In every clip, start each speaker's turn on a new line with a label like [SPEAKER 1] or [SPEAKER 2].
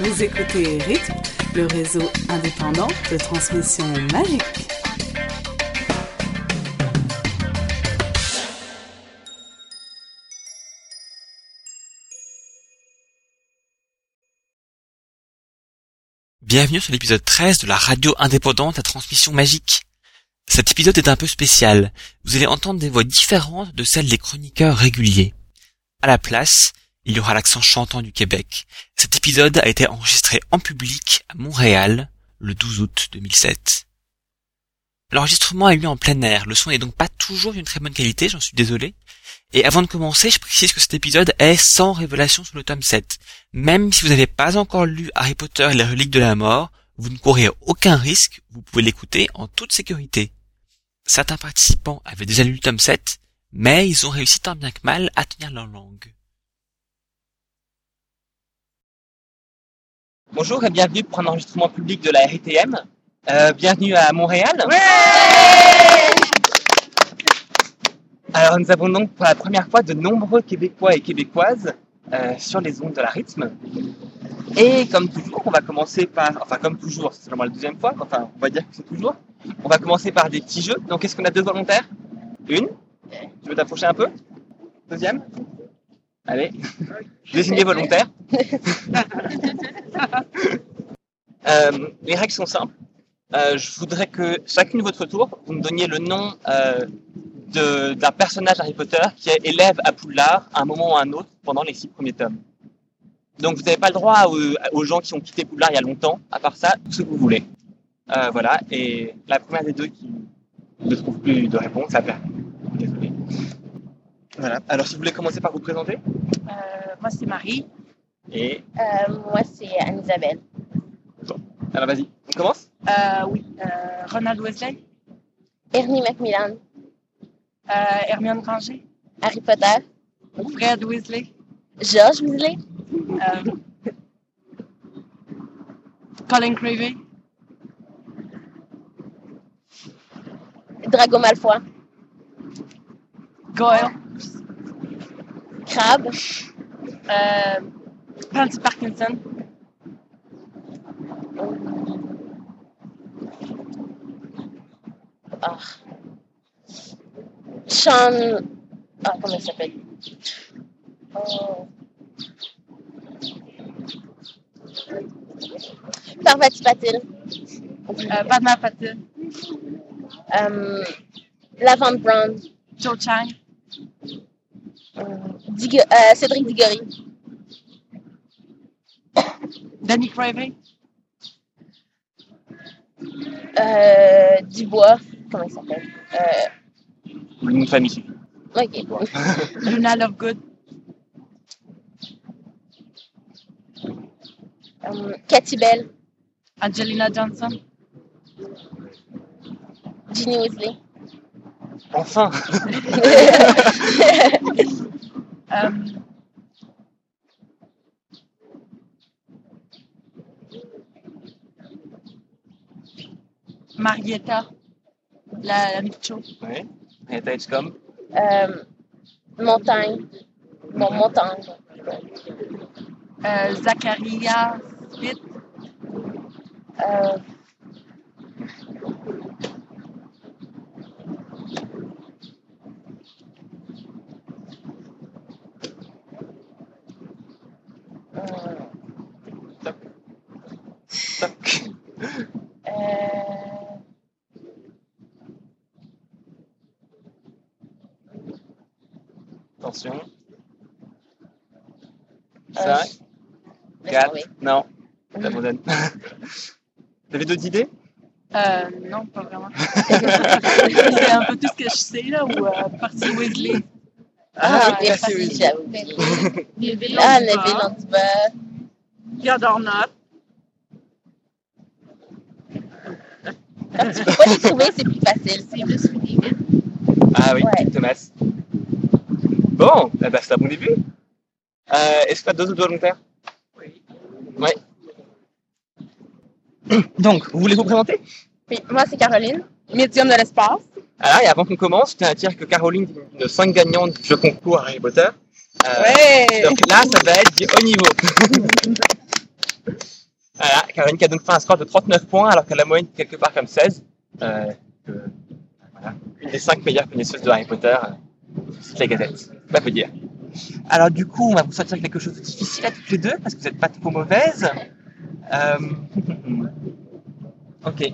[SPEAKER 1] Vous écoutez Rythme, le réseau indépendant de transmission magique.
[SPEAKER 2] Bienvenue sur l'épisode 13 de la radio indépendante à transmission magique. Cet épisode est un peu spécial. Vous allez entendre des voix différentes de celles des chroniqueurs réguliers. À la place, il y aura l'accent chantant du Québec. Cet épisode a été enregistré en public à Montréal le 12 août 2007. L'enregistrement a eu lieu en plein air. Le son n'est donc pas toujours d'une très bonne qualité, j'en suis désolé. Et avant de commencer, je précise que cet épisode est sans révélation sur le tome 7. Même si vous n'avez pas encore lu Harry Potter et les reliques de la mort, vous ne courez aucun risque, vous pouvez l'écouter en toute sécurité certains participants avaient déjà lu le tome 7, mais ils ont réussi tant bien que mal à tenir leur langue. Bonjour et bienvenue pour un enregistrement public de la RITM. Euh, bienvenue à Montréal. Alors nous avons donc pour la première fois de nombreux Québécois et Québécoises euh, sur les ondes de la rythme. Et comme toujours, on va commencer par, enfin comme toujours, c'est seulement la deuxième fois, enfin on va dire que c'est toujours, on va commencer par des petits jeux. Donc est-ce qu'on a deux volontaires Une Tu veux t'approcher un peu Deuxième Allez, désignez volontaire. Euh, les règles sont simples. Euh, je voudrais que chacune de votre tour, vous me donniez le nom euh, de- d'un personnage Harry Potter qui est élève à Poudlard à un moment ou à un autre pendant les six premiers tomes. Donc vous n'avez pas le droit aux, aux gens qui ont quitté Poudlard il y a longtemps, à part ça, tout ce que vous voulez. Euh, voilà, et la première des deux qui ne trouve plus de réponse, ça perd. Désolé. Voilà, alors si vous voulez commencer par vous présenter.
[SPEAKER 3] Euh, moi, c'est Marie.
[SPEAKER 2] Et
[SPEAKER 4] Euh, moi, c'est Anne-Isabelle.
[SPEAKER 2] alors vas-y, on commence
[SPEAKER 3] Euh, oui. Euh, Ronald Wesley.
[SPEAKER 4] Ernie Macmillan.
[SPEAKER 3] Euh, Hermione Granger.
[SPEAKER 4] Harry Potter.
[SPEAKER 3] Fred Weasley.
[SPEAKER 4] George Weasley.
[SPEAKER 3] Euh, Colin Creevy.
[SPEAKER 4] Drago Malfoy.
[SPEAKER 3] Goyle.
[SPEAKER 4] Crabbe.
[SPEAKER 3] Euh, Pansy Parkinson.
[SPEAKER 4] Ah. Sean... Ah, comment il s'appelle? Oh. Parvati Patil.
[SPEAKER 3] Euh, Padma Patil.
[SPEAKER 4] Euh, Lavande Brown.
[SPEAKER 3] Joe Chang.
[SPEAKER 4] Euh, Digo- euh, Cédric Diggory.
[SPEAKER 3] Danny Creevy.
[SPEAKER 4] Euh, Dubois. Comment il s'appelle? Euh,
[SPEAKER 2] Une famille.
[SPEAKER 4] ok.
[SPEAKER 3] Luna Lovegood.
[SPEAKER 4] Euh, Cathy Bell.
[SPEAKER 3] Angelina Johnson.
[SPEAKER 4] Ginny Weasley.
[SPEAKER 2] Enfin
[SPEAKER 3] Euh, Marietta, la, la Micho.
[SPEAKER 2] Ouais. Et t'as Edgecombe.
[SPEAKER 4] Euh, montagne. Bon, montagne.
[SPEAKER 3] Euh, Zacharia Smith,
[SPEAKER 4] Euh,
[SPEAKER 2] Toc.
[SPEAKER 4] euh,
[SPEAKER 2] Attention.
[SPEAKER 4] euh,
[SPEAKER 2] 5,
[SPEAKER 4] laisse
[SPEAKER 2] 4,
[SPEAKER 4] tomber.
[SPEAKER 2] non, j'abandonne. T'avais d'autres idées
[SPEAKER 3] euh, non, pas vraiment. C'est un peu tout ce que je sais, là, ou euh, Percy Weasley.
[SPEAKER 4] Ah,
[SPEAKER 3] Ah,
[SPEAKER 4] bien
[SPEAKER 3] merci,
[SPEAKER 4] sûr,
[SPEAKER 3] oui.
[SPEAKER 4] j'avoue.
[SPEAKER 3] Les
[SPEAKER 4] Ah, le bilan du bas.
[SPEAKER 3] Gadornot.
[SPEAKER 4] Quand tu peux pas les trouver, c'est plus facile. C'est plus
[SPEAKER 2] Ah oui,
[SPEAKER 4] Ouais.
[SPEAKER 2] Thomas. Bon, eh ben, c'est un bon début. Euh, Est-ce que t'as deux autres volontaires Oui. Ouais. Donc, vous voulez vous présenter
[SPEAKER 4] Puis, moi, c'est Caroline.
[SPEAKER 5] médium de l'espace. Ah,
[SPEAKER 2] Alors, et avant qu'on commence, je tiens à dire que Caroline, une de 5 gagnantes du jeu concours Harry Potter. Euh,
[SPEAKER 5] Ouais!
[SPEAKER 2] Donc là, ça va être du haut niveau.
[SPEAKER 5] Voilà, Caroline qui a donc fait un score de 39 points, alors qu'elle a moyenne quelque part comme 16. Euh, que, voilà, une des 5 meilleures connaisseuses de Harry Potter, euh, c'est la gazette. Bah, peut dire. Alors, du coup, on va vous sortir quelque chose de difficile à toutes les deux, parce que vous n'êtes pas trop mauvaises. Euh, ok.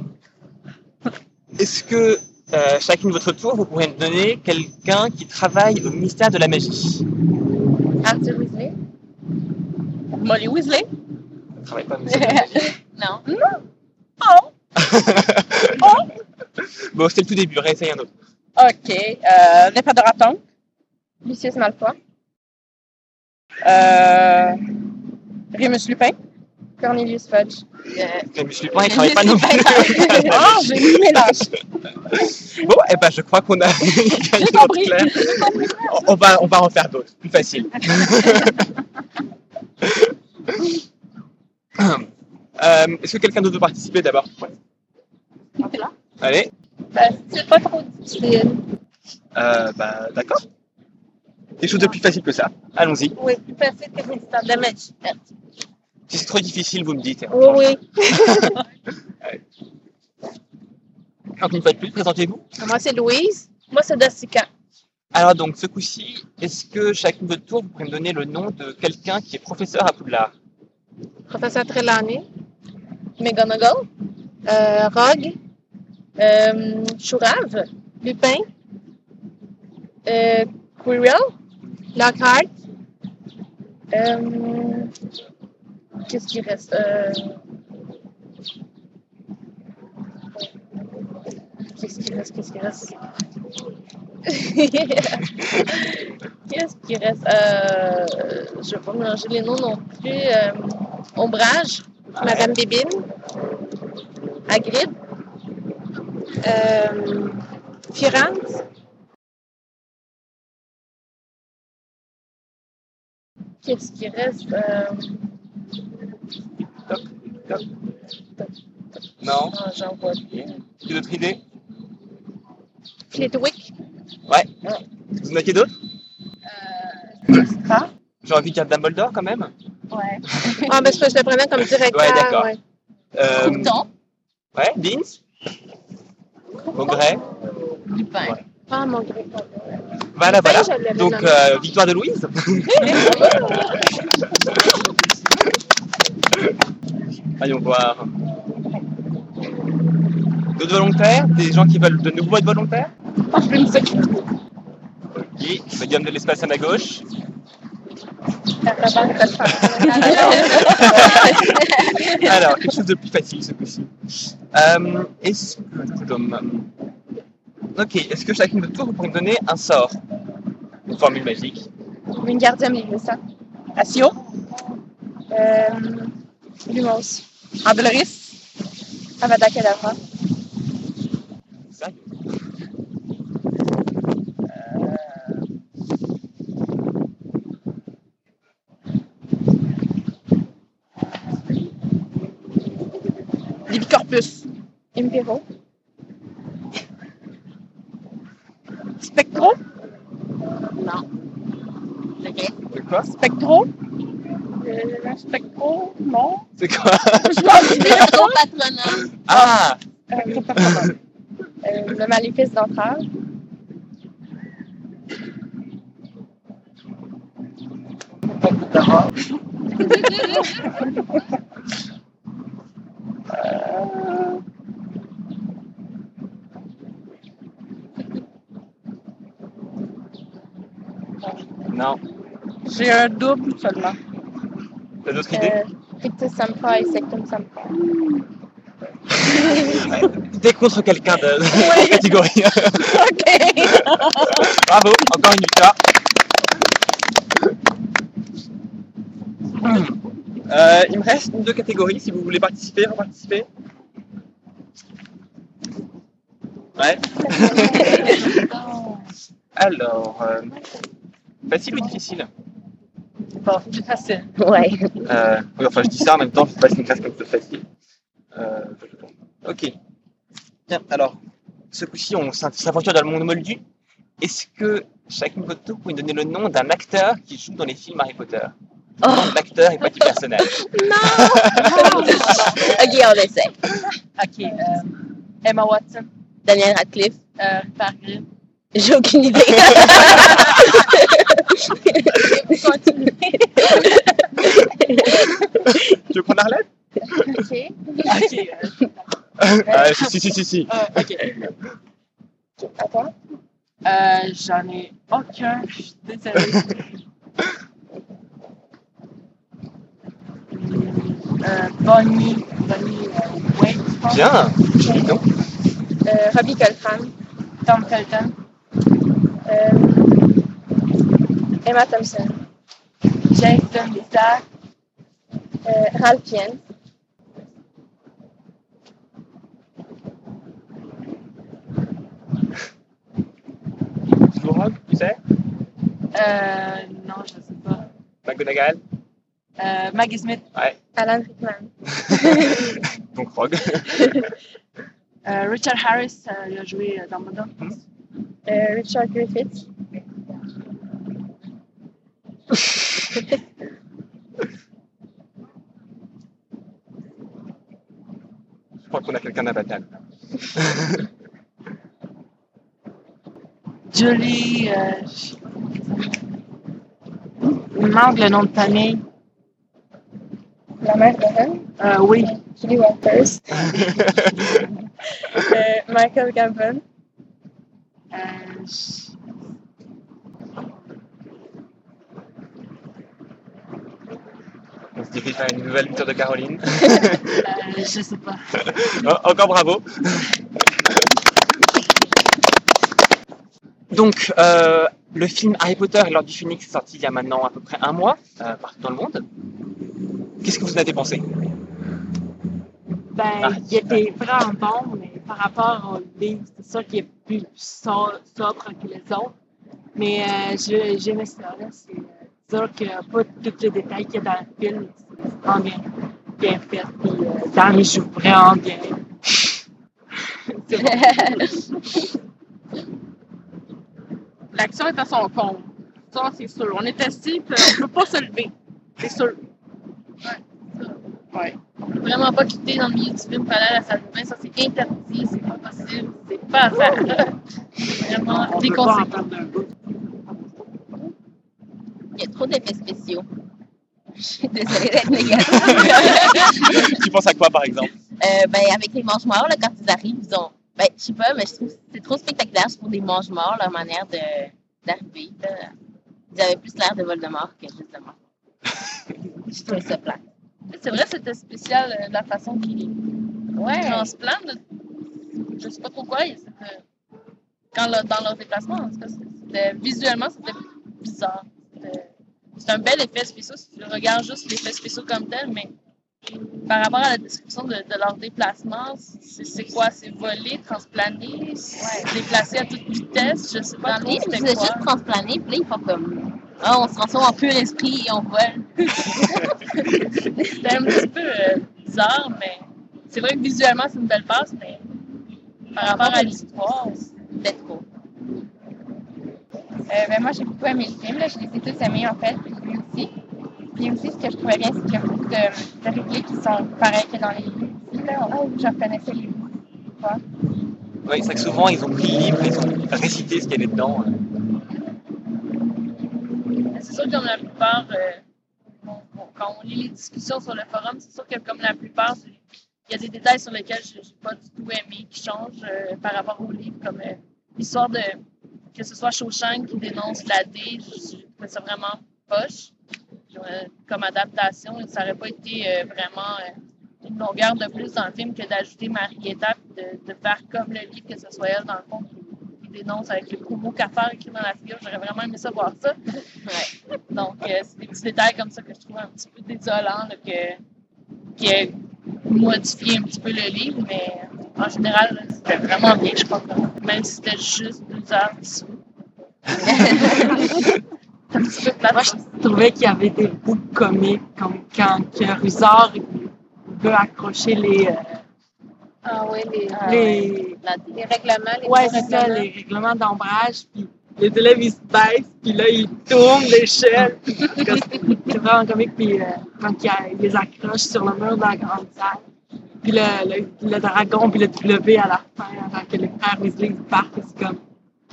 [SPEAKER 5] Est-ce que, euh, chacune votre tour, vous pourriez me donner quelqu'un qui travaille au ministère de la magie
[SPEAKER 4] Arthur Weasley. Molly Weasley.
[SPEAKER 5] On ne travaille pas au ministère de la magie.
[SPEAKER 4] Non. Oh.
[SPEAKER 5] Oh. Bon, c'était le tout début, réessaye un autre.
[SPEAKER 4] OK. Euh, Népadora Tonk. Lucius Malfoy. Euh, Remus Lupin. Cornelius Fudge.
[SPEAKER 5] Mais je suis pas, il travaille pas non plus.
[SPEAKER 4] oh, j'ai mis mélange.
[SPEAKER 5] Bon, eh ben, je crois qu'on a gagné notre
[SPEAKER 4] compris.
[SPEAKER 5] clair. On- On va, on va en faire d'autres, plus facile. Euh, Est-ce que quelqu'un d'autre veut participer d'abord Ouais. Allez,
[SPEAKER 4] Ben, c'est pas trop difficile.
[SPEAKER 5] euh, bah, d'accord. Des choses de plus faciles que ça. Allons-y.
[SPEAKER 4] Oui, plus facile que le ministère de la magie. Merci.
[SPEAKER 5] Si c'est trop difficile, vous me dites.
[SPEAKER 4] Oh Oui, oui.
[SPEAKER 5] Donc, une fois de plus, présentez-vous.
[SPEAKER 4] Moi, c'est Louise. Moi, c'est Dacica.
[SPEAKER 5] Alors donc, ce coup-ci, est-ce que chacune de votre tour, vous pouvez me donner le nom de quelqu'un qui est professeur à Poudlard
[SPEAKER 6] Professeur Trelawney,
[SPEAKER 4] McGonagall.
[SPEAKER 6] euh, Rogue,
[SPEAKER 4] Euh, Chourave.
[SPEAKER 6] Lupin,
[SPEAKER 4] Euh, Quirrell.
[SPEAKER 6] Lockhart,
[SPEAKER 4] Euh, Qu'est-ce qui reste? Euh, Qu'est-ce qui reste? Qu'est-ce qui reste? Qu'est-ce qui reste? Euh, je ne vais pas mélanger les noms non plus. Euh, Ombrage,
[SPEAKER 6] Madame Bébine,
[SPEAKER 4] Hagrid,
[SPEAKER 6] euh, Firenze,
[SPEAKER 4] qu'est-ce qui reste? Euh,
[SPEAKER 5] Non
[SPEAKER 4] ah, J'en vois plus.
[SPEAKER 5] Une autre idée
[SPEAKER 6] Flitwick,
[SPEAKER 5] Vous en avez d'autres
[SPEAKER 4] Extra.
[SPEAKER 5] J'ai envie de dire Dumbledore quand même.
[SPEAKER 4] Ouais.
[SPEAKER 6] Ah, ben, je, je le prenais comme directeur.
[SPEAKER 5] Ouais, d'accord. Euh,
[SPEAKER 4] Couton,
[SPEAKER 5] ouais, Vince Aubray.
[SPEAKER 4] Lupin.
[SPEAKER 6] Ah, mon gré.
[SPEAKER 5] Voilà, voilà.
[SPEAKER 6] je l'avais
[SPEAKER 5] Donc,
[SPEAKER 6] nommé.
[SPEAKER 5] euh, victoire de Louise. Voyons voir. D'autres volontaires Des gens qui veulent de nouveaux être volontaires
[SPEAKER 4] Je vais me secouer.
[SPEAKER 5] Ok, Guillaume de l'espace à ma gauche.
[SPEAKER 4] La tabarnak, ça se passe.
[SPEAKER 5] Alors, quelque chose de plus facile ce coup-ci. Euh, est-ce que. Ok, est-ce que chacune de tour vous pourrez me donner un sort Une formule magique.
[SPEAKER 4] Wingardium Leviosa. Asio. Euh, Lumos. Andoloris. Avada Kedavra.
[SPEAKER 5] Sérieux
[SPEAKER 4] Libicorpus. Impero. Spectro. Non. Ok.
[SPEAKER 5] C'est quoi
[SPEAKER 4] Spectro. Euh, spectro. Non.
[SPEAKER 5] C'est quoi
[SPEAKER 4] Je pense que c'est ton patronat.
[SPEAKER 5] Ah
[SPEAKER 4] Euh, euh, le maléfice d'entrave.
[SPEAKER 5] Non.
[SPEAKER 7] J'ai un double seulement.
[SPEAKER 5] T'as d'autres idées
[SPEAKER 4] Euh, Pictus Sampa et Sectum Sampa.
[SPEAKER 5] T'es contre quelqu'un de de la catégorie.
[SPEAKER 4] Ok.
[SPEAKER 5] Bravo, encore une victoire. Euh, il me reste une, deux catégories si vous voulez participer, reparticiper. Ouais. Alors, euh, facile ou difficile
[SPEAKER 7] Bon, plus facile.
[SPEAKER 4] Ouais.
[SPEAKER 5] Euh, oui, Enfin, je dis ça en même temps, je sais pas si une classe comme ça facile. Euh, ok. Bien, alors, ce coup-ci, on s'in- s'aventure dans le monde moldu. Est-ce que chacune de votre tour, vous pouvez me donner le nom d'un acteur qui joue dans les films Harry Potter
[SPEAKER 8] Oh,
[SPEAKER 5] L'acteur et pas du personnage.
[SPEAKER 9] Non!
[SPEAKER 8] ok, on essaie.
[SPEAKER 3] Ok. euh, Emma Watson,
[SPEAKER 8] Daniel Radcliffe.
[SPEAKER 3] euh, Rupert Grint.
[SPEAKER 8] J'ai aucune idée.
[SPEAKER 5] tu veux prendre Arlette
[SPEAKER 8] ok.
[SPEAKER 3] Ok.
[SPEAKER 5] Ah, si, si, si, si, si.
[SPEAKER 3] euh, euh, ok.
[SPEAKER 8] Attends.
[SPEAKER 3] Euh, J'en ai aucun. Je suis désolée. Euh, Bonnie, Bonnie euh, Wade, je pense.
[SPEAKER 5] Bien, joli nom.
[SPEAKER 9] Euh, Robbie Coltrane.
[SPEAKER 3] Tom Felton.
[SPEAKER 9] Euh, Emma Thompson.
[SPEAKER 3] Jason Isaac.
[SPEAKER 9] Euh, Ralph Fiennes.
[SPEAKER 5] Rogue, tu sais
[SPEAKER 3] Euh, non, je sais pas.
[SPEAKER 5] McGonagall
[SPEAKER 3] Euh, Maggie Smith.
[SPEAKER 5] Ouais.
[SPEAKER 9] Alan Rickman.
[SPEAKER 5] Donc Rogue.
[SPEAKER 3] Euh, Richard Harris, euh, il a joué euh, dans Madonna.
[SPEAKER 9] Euh, Richard Griffiths.
[SPEAKER 5] Je crois qu'on a quelqu'un d'abattable.
[SPEAKER 3] Julie. Euh, je- il me manque le nom de famille.
[SPEAKER 9] La mère de Ron.
[SPEAKER 3] Euh, oui.
[SPEAKER 9] Julie Walters.
[SPEAKER 5] T'as
[SPEAKER 9] Euh, Michael Gambon.
[SPEAKER 3] Euh, je-
[SPEAKER 5] On se dirige vers une nouvelle lecture de Caroline.
[SPEAKER 3] euh, je sais pas.
[SPEAKER 5] En- Ah, Encore bravo. Donc, euh, le film Harry Potter et l'Ordre du Phoenix est sorti il y a maintenant à peu près un mois euh, partout dans le monde. Qu'est-ce que vous en avez pensé
[SPEAKER 10] Ben,
[SPEAKER 5] Ah,
[SPEAKER 10] il était vraiment bon, mais par rapport au livre, c'est sûr qu'il est plus so- sobre que les autres. Mais euh, je- j'aimais ça. là. C'est euh, sûr que pas tous les détails qu'il y a dans le film, c'est vraiment bien, bien fait. Puis euh, Dan, il joue vraiment bien.
[SPEAKER 11] Euh,
[SPEAKER 10] C'est bon.
[SPEAKER 4] L'action est à son compte. Ça, c'est sûr. On est assis, puis on peut pas se lever. C'est sûr.
[SPEAKER 8] peut vraiment pas quitter dans le milieu du film pour aller à la salle de bain. Ça, c'est interdit, c'est pas possible, c'est pas ça. C'est vraiment
[SPEAKER 10] On peut pas
[SPEAKER 8] déconseillé.
[SPEAKER 10] en parler d'un bout.
[SPEAKER 8] Il y a trop d'effets spéciaux. Je suis désolée d'être négative.
[SPEAKER 5] Tu penses à quoi, par exemple
[SPEAKER 8] Euh, ben, avec les mange-morts, là, quand ils arrivent, ils ont. Ben, je sais pas, mais je trouve que c'est trop spectaculaire pour des mange-morts, leur manière de- d'arriver. là. Ils avaient plus l'air de Voldemort que juste de mort. je trouve ça plat.
[SPEAKER 4] C'est vrai, c'était spécial euh, la façon qu'il
[SPEAKER 8] Ouais.
[SPEAKER 4] transplante. de- Je sais pas pourquoi. c'était- Quand le- dans leur déplacement, en tout cas, c'était- visuellement, c'était bizarre. C'était- C'est un bel effet spécial si tu le regardes juste l'effet spécial comme tel, mais par rapport à la description de, de leur déplacement, c'est c'est quoi C'est voler, transplaner, se déplacer à toute vitesse, je sais pas
[SPEAKER 8] Dans le
[SPEAKER 4] trop
[SPEAKER 8] livre, ils
[SPEAKER 4] c'était
[SPEAKER 8] faisaient
[SPEAKER 4] quoi.
[SPEAKER 8] juste transplaner, puis là, ils font comme. Ah, on se transforme en pur esprit et on vole.
[SPEAKER 4] C'était un petit peu euh, bizarre, mais c'est vrai que visuellement, c'est une belle passe, mais par rapport à l'histoire,
[SPEAKER 8] Peut-être trop.
[SPEAKER 11] Euh, ben, moi, j'ai beaucoup aimé le film. Là. Je les ai tous aimés, en fait, puis lui aussi. Puis aussi, ce que je trouvais bien, c'est qu'il y a beaucoup de, de répliques qui sont pareilles que dans les livres. aussi, Là, on- je reconnaissais les mots.
[SPEAKER 5] Oui, c'est vrai que souvent, ils ont pris le livre, ils ont récité ce qu'il y avait dedans. euh.
[SPEAKER 4] Mais c'est sûr que comme la plupart, euh, on- on- quand on lit les discussions sur le forum, c'est sûr que comme la plupart, c'est- il y a des détails sur lesquels je n'ai pas du tout aimé qui changent euh, par rapport au livre, comme euh, l'histoire de que ce soit Shawshank qui dénonce la D, je je trouvais ça vraiment poche Euh, comme adaptation. Ça n'aurait pas été euh, vraiment euh, une longueur de plus dans le film que d'ajouter Marietta et de, de faire comme le livre, que ce soit elle dans le fond qui, qui dénonce avec le gros mot cafard écrit dans la figure. J'aurais vraiment aimé ça voir ça. Donc, euh, c'est des petits détails comme ça que je trouve un petit peu désolants, là, que, qui a modifié un petit peu le livre, mais euh, en général, là, c'était vraiment bien, je crois. Même si c'était juste 12 heures d'ici. C'est un petit peu plate.
[SPEAKER 10] Moi, je trouvais qu'il y avait des bouts comiques, comme quand que Ruzard il veut accrocher les, euh,
[SPEAKER 9] Ah oui, les,
[SPEAKER 8] euh,
[SPEAKER 10] les,
[SPEAKER 8] La D.
[SPEAKER 9] les règlements, les
[SPEAKER 10] ouais,
[SPEAKER 9] nouveaux
[SPEAKER 10] c'est ça,
[SPEAKER 9] règlements.
[SPEAKER 10] les règlements d'ombrage, puis les élèves, ils se baissent, puis là, ils tournent l'échelle. puis en tout cas, c'est- vraiment comique. Puis euh, quand il, a- il les accroche sur le mur de la grande salle, puis le, le, le dragon, puis le W à la fin, avant que les frères Weasley ils partent, c'est comme,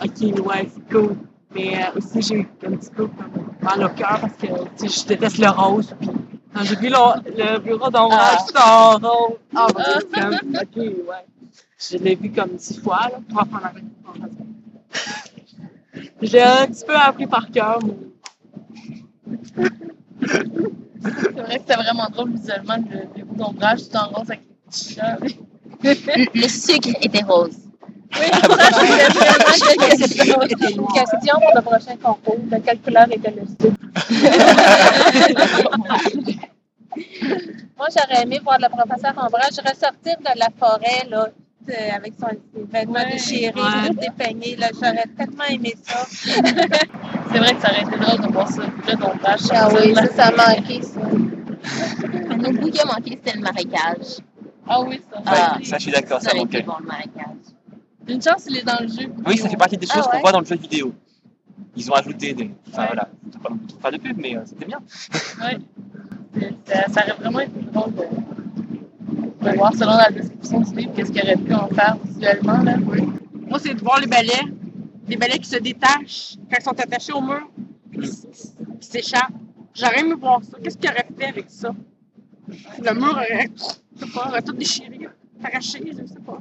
[SPEAKER 10] ok, ouais, c'est cool. Mais euh, aussi, j'ai eu un petit peu comme mal au cœur parce que tu sais, je déteste le rose. Puis quand j'ai vu le, le bureau
[SPEAKER 4] Ah.
[SPEAKER 10] d'ombrage, tout en rose. Ah, mon Dieu, c'est comme, ok, ouais. Je l'ai vu comme dix fois, là, trois fois la même. J'ai un petit peu appris par cœur, mais
[SPEAKER 4] C'est vrai que c'était vraiment drôle visuellement, le bureau d'ombrage tout en rose avec les petits chats. Oui,
[SPEAKER 8] Le sucre était rose.
[SPEAKER 4] ça,
[SPEAKER 9] Ah,
[SPEAKER 4] je voulais vraiment
[SPEAKER 11] Je
[SPEAKER 4] que
[SPEAKER 11] sais
[SPEAKER 4] c'était drôle.
[SPEAKER 11] C'était une question pour le prochain concours. De quelle couleur était le sucre? Moi, j'aurais aimé voir le professeur Ombrage ressortir de la forêt, là, euh, avec son ses vêtements
[SPEAKER 4] Ouais.
[SPEAKER 11] déchirés,
[SPEAKER 10] Ouais.
[SPEAKER 11] tout dépeigné, là. J'aurais tellement aimé ça.
[SPEAKER 4] C'est vrai que ça aurait été drôle de voir ça, le bureau d'ombrage.
[SPEAKER 9] Ah oui,
[SPEAKER 4] sortir de la
[SPEAKER 9] ça, ça a
[SPEAKER 4] forêt.
[SPEAKER 9] manqué, ça.
[SPEAKER 8] Un autre bout qui a manqué, c'était le marécage.
[SPEAKER 4] Ah oui, ça.
[SPEAKER 8] Ah.
[SPEAKER 5] Ça, je suis d'accord,
[SPEAKER 8] Ça
[SPEAKER 5] ça
[SPEAKER 8] aurait
[SPEAKER 5] manque.
[SPEAKER 8] été bon, le marécage.
[SPEAKER 4] Une chance, il est dans le jeu.
[SPEAKER 5] Oui, ça fait partie des choses
[SPEAKER 11] Ah ouais.
[SPEAKER 5] qu'on voit dans le jeu vidéo. Ils ont ajouté des. Enfin
[SPEAKER 4] Ouais.
[SPEAKER 5] voilà, faut pas non plus faire de pub, mais euh, c'était bien.
[SPEAKER 4] Euh, Ça, ça aurait vraiment été drôle de, de voir selon la description du livre qu'est-ce qu'il aurait pu en faire visuellement. Là.
[SPEAKER 12] Moi, c'est de voir les balais, les balais qui se détachent quand ils sont attachés au mur, qui s- qui s'échappent. J'aurais aimé voir ça. Qu'est-ce qu'il aurait fait avec ça? Le mur aurait, je sais pas, aurait tout déchiré, arraché, je sais pas.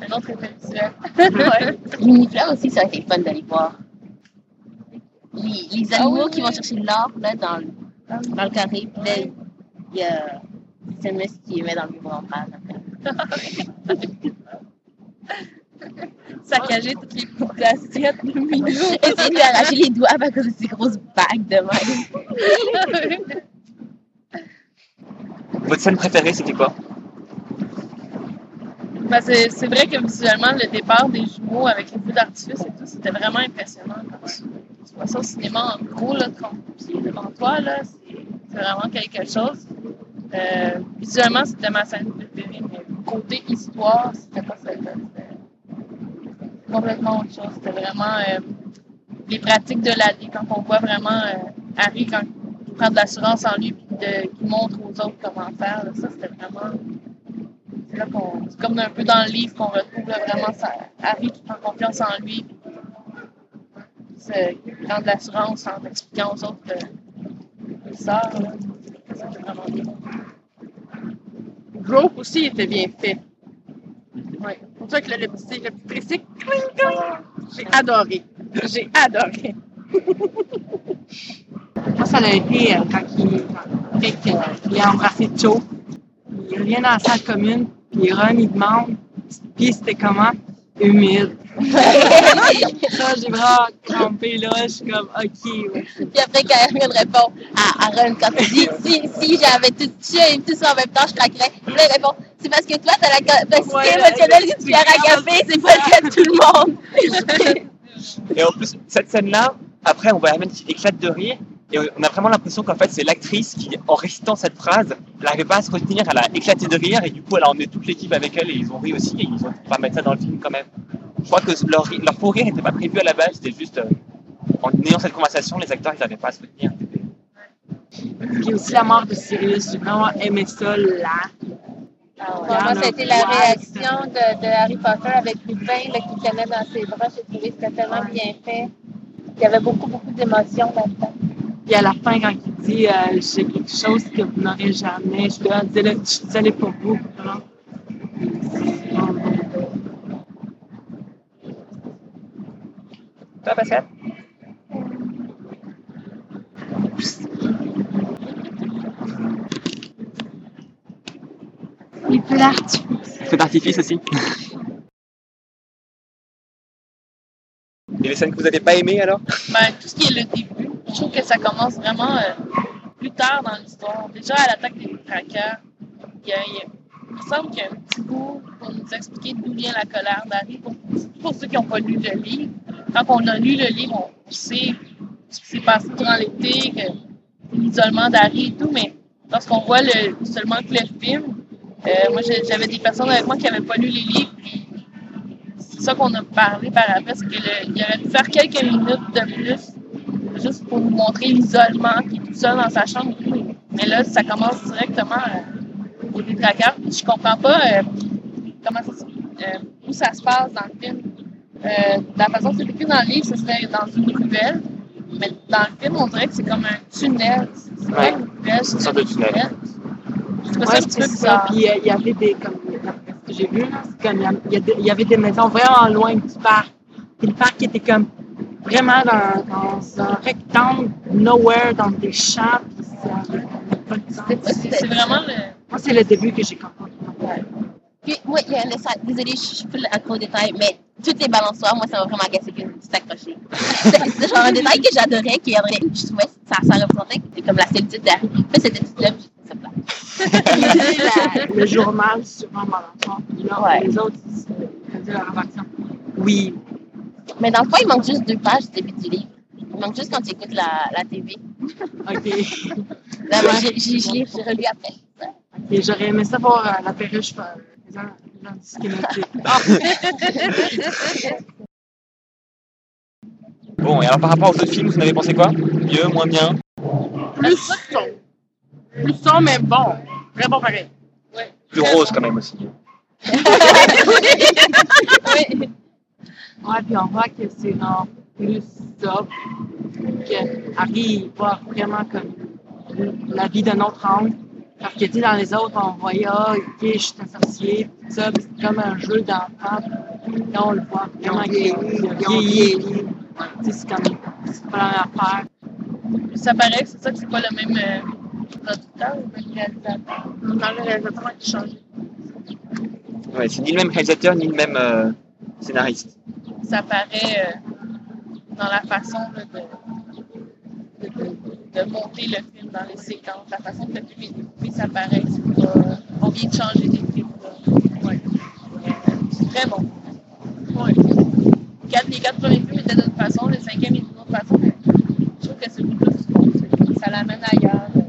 [SPEAKER 4] Un autre effet visuel.
[SPEAKER 8] L'univers aussi, ça aurait été fun d'aller voir. Les, les
[SPEAKER 4] Ah
[SPEAKER 8] animaux qui vont chercher l'or là, dans, le- dans le carré, puis là, il y a SMS qui met dans le bureau en phrase après.
[SPEAKER 4] Saccager toutes les petites assiettes de Milou.
[SPEAKER 8] Essayer de lui arracher les doigts à cause de ces grosses bagues de main.
[SPEAKER 5] Votre scène préférée, c'était quoi
[SPEAKER 4] Ben, c'est c'est vrai que visuellement, le départ des jumeaux avec les feux d'artifice et tout, c'était vraiment impressionnant. Quand tu, tu vois ça au cinéma en gros, là, 30 pieds devant toi, là, c'est c'est vraiment quelque chose. Euh, visuellement, c'était ma scène préférée, mais côté histoire, c'était pas celle-là. C'était c'était complètement autre chose. C'était vraiment euh, les pratiques de l'année, quand on voit vraiment euh, Harry quand il prend de l'assurance en lui et qu'il montre aux autres comment faire. là, ça, c'était vraiment. C'est là qu'on- c'est comme un peu dans le livre qu'on retrouve là, vraiment ça, Harry qui prend confiance en lui. qui se- qui prend de l'assurance en expliquant aux autres euh, ça. là. Ça, c'est vraiment bien.
[SPEAKER 12] Rope aussi il était bien fait.
[SPEAKER 4] Ouais.
[SPEAKER 12] C'est pour ça que le, le petit le petit tricycle, cling, cling, j'ai adoré. J'ai adoré.
[SPEAKER 10] Moi, ça l'a été euh, quand il, quand- fait que, euh, il a embrassé Joe. Il revient dans la salle commune, puis Ron, il demande Puis c'était comment Humide. ça, j'ai vraiment crampé là. Je suis comme, ok, ouais.
[SPEAKER 8] Puis après, quand Hermione répond à Aaron, quand tu dis si, si j'avais tout tué et tout ça en même temps, je craquerais. Puis là, il répond c'est parce que toi, t'as la capacité
[SPEAKER 10] Ouais,
[SPEAKER 8] émotionnelle que tu viens agacer, c'est pas le cas de tout le monde.
[SPEAKER 5] Et en plus, cette scène-là, après, on voit Hermione qui éclate de rire. Et on a vraiment l'impression qu'en fait, c'est l'actrice qui, en récitant cette phrase, elle n'arrivait pas à se retenir, elle a éclaté de rire. Et du coup, elle a emmené toute l'équipe avec elle et ils ont ri aussi. Et ils ont pas mettre ça dans le film quand même. Je crois que leur, ri- leur faux rire n'était pas prévu à la base. C'était juste, euh, en ayant cette conversation, les acteurs, ils n'arrivaient pas à se retenir.
[SPEAKER 10] Puis aussi la mort de Sirius. J'ai vraiment aimé ça là.
[SPEAKER 4] Ah ouais.
[SPEAKER 11] Bon, moi,
[SPEAKER 10] Regarde,
[SPEAKER 11] c'était la
[SPEAKER 10] ouais,
[SPEAKER 11] réaction de, de Harry Potter avec Lupin là, qui tenait dans ses bras. J'ai trouvé que c'était tellement bien fait. Il y avait beaucoup, beaucoup d'émotions là-dedans.
[SPEAKER 10] Puis à la fin, quand il dit euh, j'ai quelque chose que vous n'aurez jamais, je leur disais là, je suis désolée pour vous. Vraiment. C'est vraiment beau.
[SPEAKER 5] Toi, Pascal
[SPEAKER 9] Les feux d'artifice.
[SPEAKER 5] Feu d'artifice aussi. Et les scènes que vous n'avez pas aimées alors
[SPEAKER 4] Ben, tout ce qui est le début, je trouve que ça commence vraiment euh, plus tard dans l'histoire. Déjà à l'attaque des traqueurs, il, y a- il y a- il me semble qu'il y a un petit bout pour nous expliquer d'où vient la colère d'Harry. Pour, pour ceux qui n'ont pas lu le livre, quand on a lu le livre, on sait ce qui s'est passé durant l'été, que l'isolement d'Harry et tout, mais lorsqu'on voit le, seulement que le film, euh, moi j'ai- j'avais des personnes avec moi qui n'avaient pas lu les livres, puis c'est ça qu'on a parlé par après, c'est qu'il aurait dû faire quelques minutes de plus juste pour nous montrer l'isolement, qui est tout seul dans sa chambre et tout. Mais là, ça commence directement euh, au détraqueur. Puis Je comprends pas euh, comment ça, se- euh, où ça se passe dans le film. Euh, de la façon que c'est écrit dans le livre, ce serait dans une ruelle. Mais dans le film, on dirait que c'est comme un tunnel. C'est vrai, une ruelle,
[SPEAKER 5] une sorte de tunnel.
[SPEAKER 4] Je trouve
[SPEAKER 10] Ouais,
[SPEAKER 4] ça un petit peu
[SPEAKER 10] c'est ça.
[SPEAKER 4] bizarre.
[SPEAKER 10] Puis euh, il y avait des, comme, d'après ce que j'ai vu, là, c'est comme, il y a- il y, a des- il y avait des maisons vraiment loin du parc. Puis le parc était comme vraiment dans, dans un rectangle, nowhere, dans des champs. Puis ça avait comme pas de sens.
[SPEAKER 4] C'est c'est vraiment le.
[SPEAKER 10] Moi, c'est le début que j'ai compris.
[SPEAKER 8] Puis, moi, il y a un dessin. Désolée, je suis full à trop de détails, mais toutes les balançoires, moi, ça m'a vraiment agacé que je me suis accrochée. C'est c'est genre un détail que j'adorais, que j'adorais, que je trouvais que ça, ça représentait que c'était comme la solitude de la rue. Puis, c'était tout là, puis je trouvais ça
[SPEAKER 10] La- le journal, souvent, Malençon. Puis là,
[SPEAKER 8] Ouais.
[SPEAKER 10] les autres, ils ils faisaient leur version.
[SPEAKER 8] Oui. Mais dans le fond, il manque juste deux pages du début du livre. Il manque juste quand tu écoutes la, la TV.
[SPEAKER 10] OK.
[SPEAKER 8] Là, moi, j'ai- j'ai- je l'ai- j'ai relu après.
[SPEAKER 10] Et j'aurais aimé savoir euh, la perruche. euh, les uns- les uns disent qu'il y en a qui- Ah!
[SPEAKER 5] Bon, et alors par rapport aux autres films, vous en avez pensé quoi Mieux, moins bien
[SPEAKER 12] Plus son. Plus son, mais bon. Très bon pareil.
[SPEAKER 5] Plus rose quand même aussi.
[SPEAKER 10] Ouais, puis on voit que c'est non plus sobre, que Harry il voit vraiment comme la vie d'un autre angle. Parce que, tu sais, dans les autres, on voyait, ah, ok, je suis un sorcier, tout ça, puis c'est comme un jeu d'enfant. Là, on le voit vraiment qu'il
[SPEAKER 12] ont
[SPEAKER 10] vieilli. Tu sais, c'est comme, c'est pas la même affaire.
[SPEAKER 4] Ça paraît que c'est ça que c'est pas le même euh, producteur ou le même réalisateur.
[SPEAKER 12] Dans le réalisateur qui change.
[SPEAKER 5] Ouais, c'est ni le même réalisateur, ni le même euh, scénariste.
[SPEAKER 4] Ça paraît euh, dans la façon là, de, de, de- de monter le film dans les séquences, la façon que le film est découpé, ça paraît que c'est pas- on vient de changer d'équipe. là. Ouais. Euh, C'est très bon. Ouais. Quatre- les quatre premiers films étaient d'une façon, le cinquième est d'une autre façon, mais je trouve que celui-là, c'est- ça l'amène ailleurs. euh,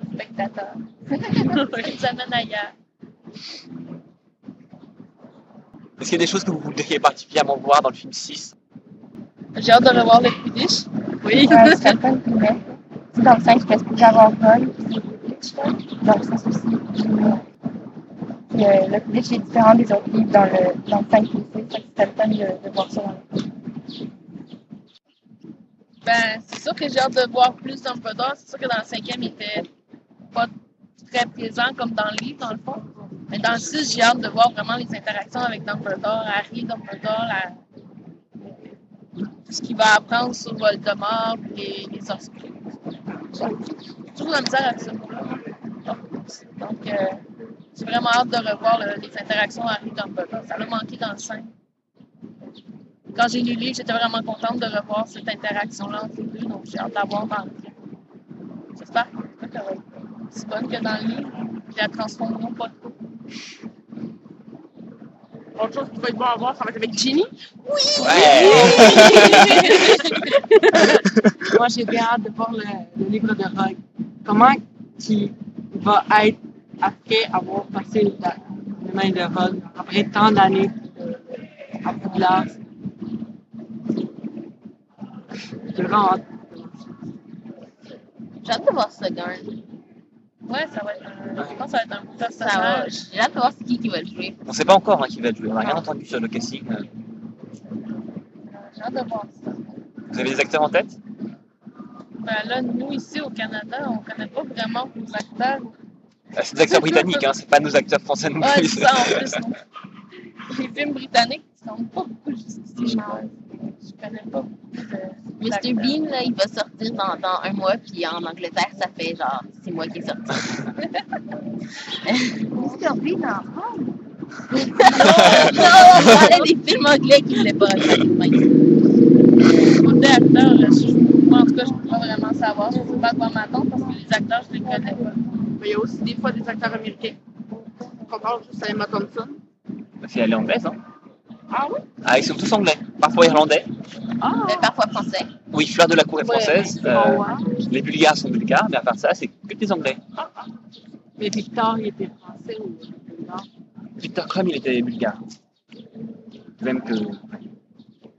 [SPEAKER 4] spectateur. ça nous amène ailleurs.
[SPEAKER 5] Est-ce qu'il y a des choses que vous voudriez particulièrement voir dans le film 6
[SPEAKER 4] J'ai hâte de revoir le Quidditch. Oui.
[SPEAKER 11] Ouais, c'est le fun pour vrai. Tu sais, Dans le 5, je peux avoir vol, puis le pitch, là. Dans le sens aussi. Puis, euh, le pitch est différent des autres livres dans le, dans le 5 et le 6. C'était le fun de, de voir ça dans le
[SPEAKER 4] Ben, c'est sûr que j'ai hâte de voir plus Dumbledore. C'est sûr que dans le cinquième, il était pas très présent comme dans le livre, dans le fond. Mais dans le six, j'ai hâte de voir vraiment les interactions avec Dumbledore, Harry, Dumbledore, la- ce qu'il va apprendre sur Voldemort et les sorciers. J'ai toujours de la misère avec ce mot-là. Donc, euh, j'ai vraiment hâte de revoir le- les interactions Harry-Dumbledore. Ça m'a manqué dans le 5 quand j'ai lu le livre, j'étais vraiment contente de revoir cette interaction-là entre les deux, donc j'ai hâte d'avoir dans le livre. J'espère que ça va être aussi bonne que dans le livre, puis la transformeront pas trop.
[SPEAKER 12] Autre chose qui va être bon à voir, ça va être avec Ginny.
[SPEAKER 10] Moi, j'ai bien hâte de voir le, le livre de Rogue. Comment qui va être après avoir passé la, les mains de Rogue, après tant d'années à Poudlard. J'ai vraiment hâte.
[SPEAKER 8] J'ai hâte de voir ce Garn.
[SPEAKER 4] Ouais, ça va être un, je pense que ça va être un beau
[SPEAKER 8] Ça va.
[SPEAKER 4] personnage.
[SPEAKER 8] J'ai hâte de voir c'est qui qui va le jouer.
[SPEAKER 5] On ne sait pas encore hein, qui va jouer, on n'a rien entendu sur le casting.
[SPEAKER 4] J'ai hâte de voir ça.
[SPEAKER 5] Vous avez des acteurs en tête
[SPEAKER 4] Ben là, nous, ici, au Canada, on connaît pas vraiment nos acteurs.
[SPEAKER 5] Ah, C'est des acteurs britanniques, hein, c'est pas nos acteurs français non
[SPEAKER 4] Ouais,
[SPEAKER 5] plus.
[SPEAKER 4] c'est ça, en plus, non. Les films britanniques, ils sont pas beaucoup justifiés, je pense. Je connais pas beaucoup de...
[SPEAKER 8] Mr.
[SPEAKER 4] d'acteurs.
[SPEAKER 8] Bean, là, il va sortir dans, dans un mois, puis en Angleterre, ça fait genre six mois qu'il est sorti. non, on parlait des films anglais qu'il voulait pas regarder.
[SPEAKER 4] Côté acteur, là, je, moi, en tout cas, je peux pas vraiment savoir. Je sais pas à quoi m'attendre parce que les acteurs, je les connais pas.
[SPEAKER 12] Mais il y a aussi des fois des acteurs américains. On compare juste à Emma Thompson.
[SPEAKER 5] C'est elle est anglaise, hein
[SPEAKER 12] Ah oui?
[SPEAKER 5] Ah, ils sont tous anglais, parfois irlandais.
[SPEAKER 8] Mais parfois français.
[SPEAKER 5] Oui, Fleur de la Cour est française.
[SPEAKER 10] mais,
[SPEAKER 5] euh,
[SPEAKER 10] oh,
[SPEAKER 4] hein.
[SPEAKER 10] wow.
[SPEAKER 5] les Bulgares sont bulgares, mais à part ça, c'est que des anglais.
[SPEAKER 10] mais Victor, il était français ou non?
[SPEAKER 5] Victor Crumb, il était bulgare. De Même que.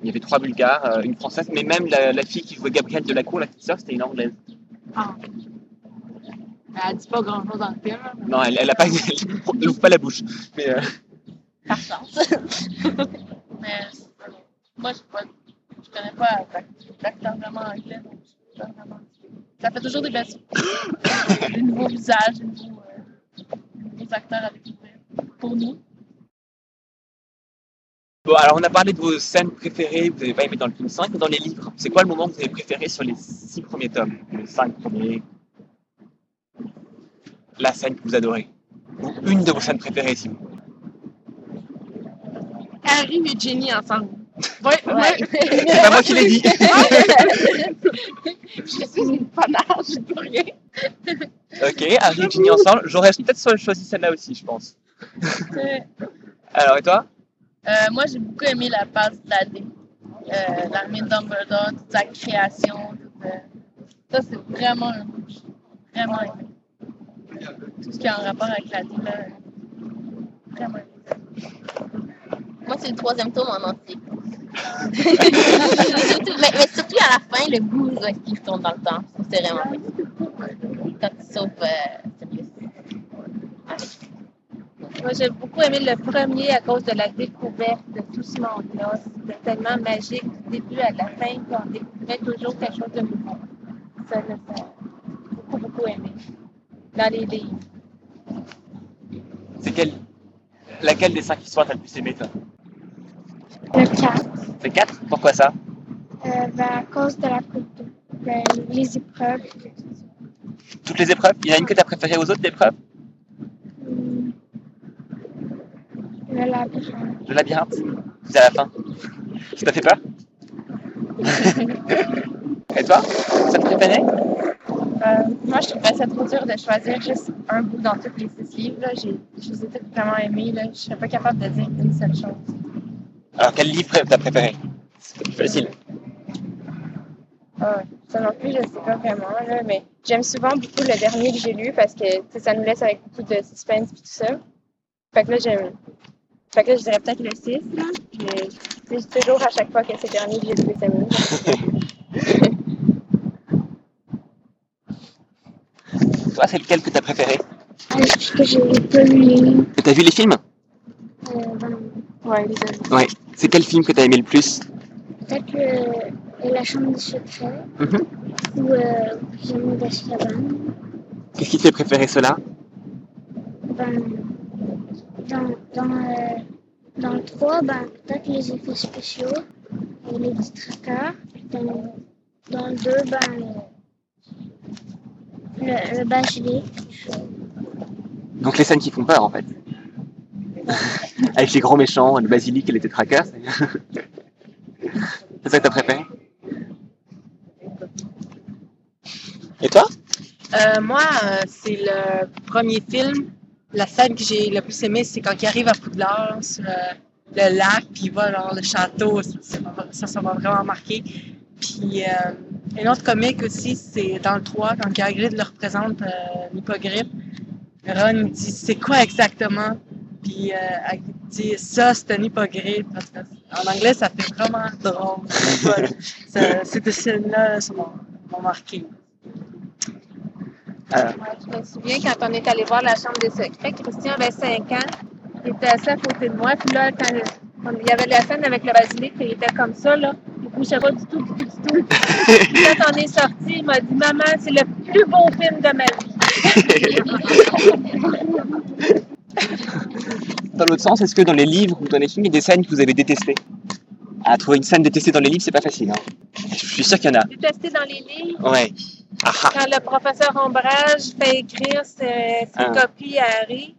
[SPEAKER 5] Il y avait trois Bulgares, euh, une Française, mais même la, la fille qui jouait Gabrielle Delacour, la petite sœur, c'était une Anglaise.
[SPEAKER 13] Ah.
[SPEAKER 3] Ben,
[SPEAKER 13] Elle dit pas grand chose dans le film. là.
[SPEAKER 3] hein,
[SPEAKER 5] Non, elle, elle a pas, elle n'ouvre pas la bouche. Mais euh,
[SPEAKER 8] Par chance.
[SPEAKER 3] Mais c'est- moi, j'ai pas, je connais pas d'ac- d'acteur vraiment anglais, donc je sais pas vraiment. Ça fait toujours des belles surprises. des nouveaux visages, des nouveaux, euh, des nouveaux acteurs à découvrir. Pour nous.
[SPEAKER 5] bon, alors on a parlé de vos scènes préférées, que vous n'avez pas aimé dans le film 5, mais dans les livres, c'est quoi le moment que vous avez préféré sur les six premiers tomes Les cinq premiers. La scène que vous adorez. Ou une de vos scènes préférées, si vous
[SPEAKER 10] Harry et Jenny ensemble. Ouais, ouais.
[SPEAKER 5] C'est pas moi qui l'ai dit.
[SPEAKER 10] je suis une fanarde, je peux rien.
[SPEAKER 5] ok, Harry et Ginny ensemble. J'aurais peut-être choisi celle-là aussi, je pense.
[SPEAKER 3] Euh,
[SPEAKER 5] Alors, et toi
[SPEAKER 3] Euh, moi, j'ai beaucoup aimé la passe de la D. Euh, L'armée de Dumbledore, toute sa création. toute, euh, ça, c'est vraiment un coup que j'ai Vraiment aimé. Tout ce qui est en rapport avec la D, là, vraiment aimé.
[SPEAKER 8] Moi, c'est le troisième tome en entier. mais, mais surtout à la fin, le bout où est-ce qu'il retourne dans le temps. Ça, C'est vraiment cool. Quand il sauve euh, Sirius.
[SPEAKER 9] Moi, j'ai beaucoup aimé le premier à cause de la découverte de tout ce monde-là. C'était tellement magique du début à la fin qu'on découvrait toujours quelque chose de nouveau. Ça, là, ça, j'ai beaucoup, beaucoup aimé. Dans les livres.
[SPEAKER 5] C'est quelle Laquelle des cinq histoires t'as le plus aimé, toi
[SPEAKER 9] Le 4,
[SPEAKER 5] C'est quatre Pourquoi ça
[SPEAKER 9] euh, ben, à cause de la coupe, Ben, les épreuves.
[SPEAKER 5] Toutes les épreuves Il y en a une que t'as préférée aux autres épreuves
[SPEAKER 9] euh, Le labyrinthe.
[SPEAKER 5] Le labyrinthe C'est à la fin. Ça t'a fait peur Et toi Ça te préférait
[SPEAKER 4] Euh, moi, je trouvais ça trop dur de choisir juste un bout dans tous les six livres. Là. J'ai, je les ai tous vraiment aimés. Là. Je serais pas capable de dire une seule chose.
[SPEAKER 5] Alors, quel livre t'as préféré C'était plus facile.
[SPEAKER 4] Ah, ça non plus, je sais pas vraiment. Là, mais j'aime souvent beaucoup le dernier que j'ai lu parce que tu sais, ça nous laisse avec beaucoup de suspense et tout ça. Fait que là, j'aime. Fait que là, je dirais peut-être le 6. Là, mais tu sais, j'ai toujours à chaque fois que c'est le dernier que j'ai lu les amis.
[SPEAKER 5] Toi, c'est lequel que t'as préféré
[SPEAKER 9] Parce que j'ai pas lu les livres.
[SPEAKER 5] Et T'as vu les films
[SPEAKER 9] Euh, Ouais, les amis.
[SPEAKER 5] Ouais. C'est quel film que t'as aimé le plus
[SPEAKER 9] ben, Peut-être euh, la chambre des secrets
[SPEAKER 5] Mhm.
[SPEAKER 9] ou euh, Pyjama d'Azkaban.
[SPEAKER 5] Qu'est-ce qui te fait préférer cela
[SPEAKER 9] Ben, dans, dans, euh, dans le 3, ben, peut-être les effets spéciaux et les distracteurs. Dans, dans le 2, ben, le, le, le bachelier.
[SPEAKER 5] Donc, les scènes qui font peur, en fait. Avec les grands méchants, le basilic et les tétraqueurs. c'est- c'est ça que t'as préféré Et toi
[SPEAKER 10] Euh, moi, euh, c'est le premier film. La scène que j'ai le plus aimée, c'est quand il arrive à Poudlard, sur euh, le lac, puis il va dans le château. Ça, ça m'a- ça, ça m'a vraiment marqué. Puis, euh, une autre comique aussi, c'est dans le 3, quand Hagrid le représente, euh, l'hippogriffe. Ron il dit « C'est quoi exactement? » Puis, euh, Hagrid dit « Ça, c'est un hippogriffe. » Parce que En anglais, ça fait vraiment drôle. Voilà. Ça- Ces deux scènes-là ça m'ont m'ont marqué.
[SPEAKER 9] Ouais, je me souviens quand on est allé voir la chambre des secrets, Christian avait 5 ans, il était assis à côté de moi, puis là, quand on- il y avait la scène avec le basilic, puis il était comme ça, là, il bougeait pas du tout, du tout, du tout. Puis quand on est sorti, il m'a dit Maman, c'est le plus beau film de ma vie.
[SPEAKER 5] Dans l'autre sens, est-ce que dans les livres ou dans les films, il y a des scènes que vous avez détestées Ah, trouver une scène détestée dans les livres, c'est pas facile. hein. Je suis sûr qu'il y en a.
[SPEAKER 9] Détesté dans les livres,
[SPEAKER 5] Ouais. Ah, ah.
[SPEAKER 9] quand le professeur Ombrage fait écrire ses, ses
[SPEAKER 5] Ah.
[SPEAKER 9] copies à Harry,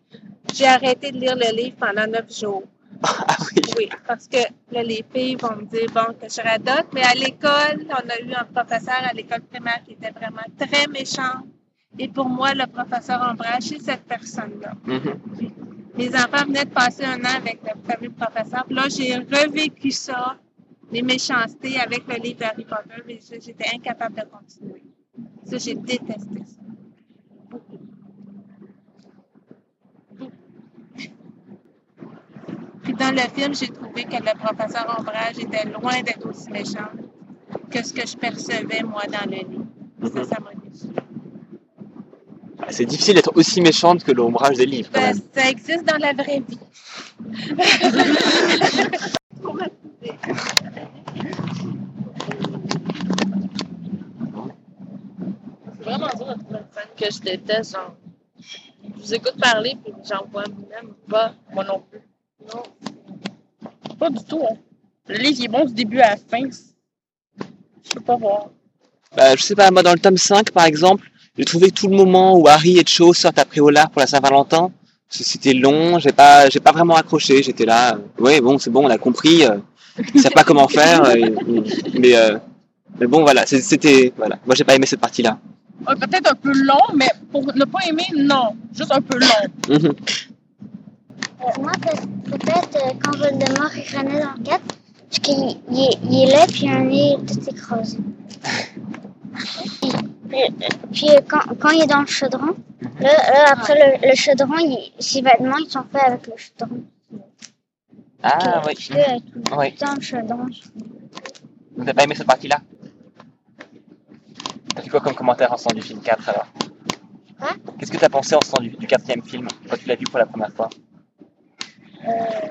[SPEAKER 9] j'ai arrêté de lire le livre pendant 9 jours.
[SPEAKER 5] Ah oui.
[SPEAKER 9] Oui, parce que là, les filles vont me dire, bon, que je radote, mais à l'école, on a eu un professeur à l'école primaire qui était vraiment très méchant. Et pour moi, le professeur Ombrage, c'est cette personne-là.
[SPEAKER 5] Mhm.
[SPEAKER 9] Mes enfants venaient de passer un an avec le fameux professeur. Puis là, j'ai revécu ça, les méchancetés avec le livre d'Harry Potter, mais je- j'étais incapable de continuer. Ça, j'ai détesté ça.
[SPEAKER 3] Puis dans le film, j'ai trouvé que le professeur Ombrage était loin d'être aussi méchant que ce que je percevais, moi, dans le livre. Ça,
[SPEAKER 5] Mhm.
[SPEAKER 3] ça m'a déçue.
[SPEAKER 5] Ah, C'est difficile d'être aussi méchante que l'ombrage des livres, quand
[SPEAKER 3] Ben,
[SPEAKER 5] même.
[SPEAKER 3] ça existe dans la vraie vie.
[SPEAKER 14] C'est vraiment dur de trouver une fan que je déteste. Genre, je vous écoute parler, puis j'en vois même pas, moi non plus. Non.
[SPEAKER 4] Pas du tout. hein. Le livre il est bon du début à la fin. Je peux pas voir.
[SPEAKER 5] Bah, je sais pas, moi, dans le tome 5, par exemple, j'ai trouvé tout le moment où Harry et Cho sortent après Olar pour la Saint-Valentin. c- C'était long, j'ai pas, j'ai pas vraiment accroché, j'étais là. euh, Ouais, bon, c'est bon, on a compris, euh, ils savent pas comment faire, euh, et- et- mais, euh, mais bon, voilà, c'est- c'était, voilà. Moi, j'ai pas aimé cette partie-là.
[SPEAKER 4] Ouais, Ah, Peut-être un peu long, mais pour ne pas aimer, non. Juste un peu long.
[SPEAKER 5] Mhm.
[SPEAKER 9] Euh, moi, peut- peut-être euh, quand Voldemort il renaît dans le 4, parce qu'il il est, il est là, puis un nez tout écrasé. Puis, puis, euh, puis, euh, quand, quand il est dans le chaudron, là, là, après le, le chaudron, il- ses vêtements ils sont faits avec le chaudron.
[SPEAKER 5] Ah, ouais.
[SPEAKER 9] Parce que, euh, tout
[SPEAKER 5] Ah ouais.
[SPEAKER 9] le temps, le chaudron.
[SPEAKER 5] Vous n'avez pas aimé cette partie-là T'as fait quoi comme commentaire en ce sens du film 4 alors
[SPEAKER 9] Quoi
[SPEAKER 5] Qu'est-ce que t'as pensé en ce sens du, du quatrième film quand tu l'as vu pour la première fois
[SPEAKER 9] Euh,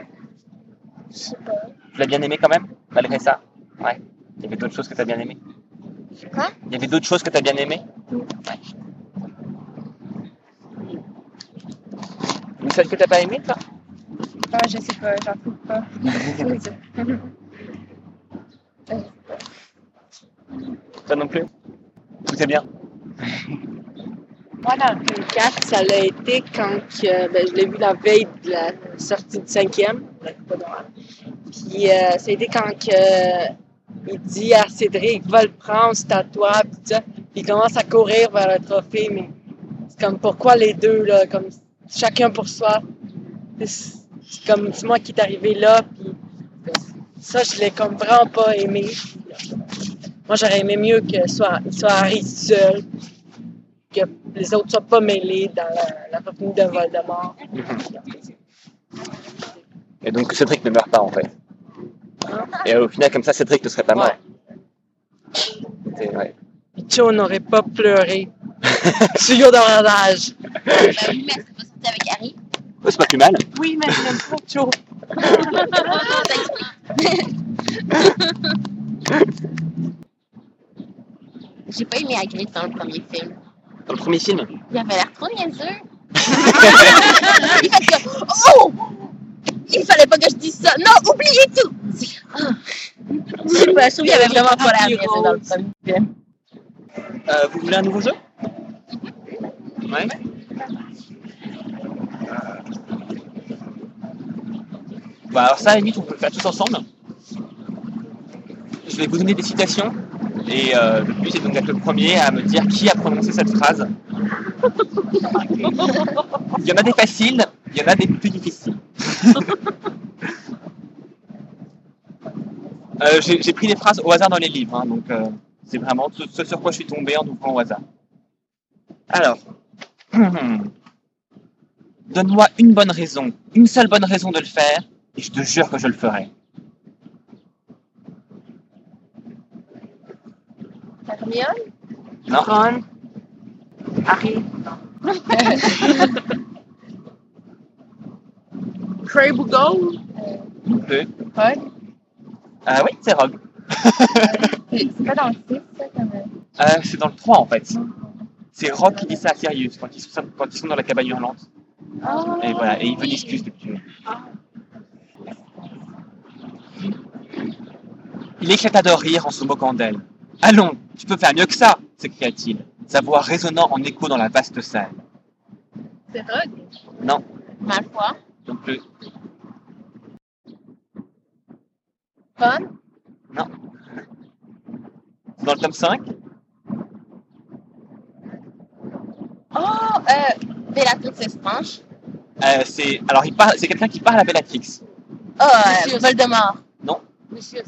[SPEAKER 9] je sais pas.
[SPEAKER 5] Tu l'as bien aimé quand même Malgré ça Ouais. Il y avait d'autres choses que t'as bien aimé
[SPEAKER 9] Quoi
[SPEAKER 5] Il y avait d'autres choses que t'as bien aimé
[SPEAKER 9] Oui.
[SPEAKER 5] Ouais. Une seule que t'as pas aimée toi
[SPEAKER 3] Ah, je sais pas, j'en trouve pas.
[SPEAKER 5] Toi non plus Tout est bien
[SPEAKER 10] Moi, dans le 4, ça l'a été quand que, ben, je l'ai vu la veille de la sortie du cinquième, la Coupe d'Or. Puis, euh, ça a été quand que, euh, il dit à Cédric, va le prendre, c'est à toi, puis tout ça. Puis il commence à courir vers le trophée, mais c'est comme pourquoi les deux, là, comme chacun pour soi. C'est c'est comme, c'est moi qui est arrivé là, puis ça, je l'ai comme vraiment pas aimé. Moi, j'aurais aimé mieux que soit, soit Harry seul, que les autres soient pas mêlés dans la, la compagnie de Voldemort.
[SPEAKER 5] Et donc que Cédric ne meurt pas en fait.
[SPEAKER 10] Hein?
[SPEAKER 5] Et au final comme ça Cédric ne serait pas mort. C'était- ouais.
[SPEAKER 10] Puis Cho n'aurait pas pleuré. Tuyau d'orage.
[SPEAKER 8] Ben oui, mais c'est pas sorti avec Harry.
[SPEAKER 5] Oh, c'est pas plus mal.
[SPEAKER 10] Oui, mais je l'aime trop, Cho.
[SPEAKER 8] Ça explique. J'ai pas aimé Hagrid dans le premier film.
[SPEAKER 5] Dans le premier film
[SPEAKER 8] Il avait l'air trop niaiseux. il fait que, oh! Il fallait pas que je dise ça. Non, oubliez tout! Ah. Je sais pas, je trouve qu'il avait vraiment pas l'air niaiseux dans le premier film.
[SPEAKER 5] Euh, vous voulez un nouveau jeu Ouais. Bah alors ça, à la limite, on peut le faire tous ensemble. Je vais vous donner des citations et euh, le but c'est donc d'être le premier à me dire qui a prononcé cette phrase. Il y en a des faciles, il y en a des plus difficiles. Euh, J'ai j'ai pris des phrases au hasard dans les livres, hein, donc euh, c'est vraiment ce, ce sur quoi je suis tombé en ouvrant au hasard. Alors, donne-moi une bonne raison, une seule bonne raison de le faire, et je te jure que je le ferai.
[SPEAKER 4] Hermione?
[SPEAKER 5] Non.
[SPEAKER 10] Ron. Harry.
[SPEAKER 4] Crave Gold?
[SPEAKER 5] Deux.
[SPEAKER 4] Ouais.
[SPEAKER 5] euh, Ah oui, c'est Rogue.
[SPEAKER 15] C'est pas dans le 6, ça, comme. euh,
[SPEAKER 5] Euh, c'est dans le 3 en fait. C'est Rogue qui dit ça à Sirius quand ils sont, quand ils sont dans la cabane hurlante. et voilà, et il veut une excuse de tuer. Il éclata de rire en se moquant d'elle. Allons, tu peux faire mieux que ça s'écria-t-il, sa voix résonnant en écho dans la vaste salle.
[SPEAKER 14] C'est drogue.
[SPEAKER 8] Malfoy.
[SPEAKER 5] Donc le
[SPEAKER 4] Fun?
[SPEAKER 5] c'est dans le tome 5
[SPEAKER 8] Oh, euh, Bellatrix Estrange.
[SPEAKER 5] Euh, c'est alors il parle, c'est quelqu'un qui parle à Bellatrix.
[SPEAKER 8] Oh, euh,
[SPEAKER 4] Lucius.
[SPEAKER 8] Voldemort.
[SPEAKER 4] Lucius.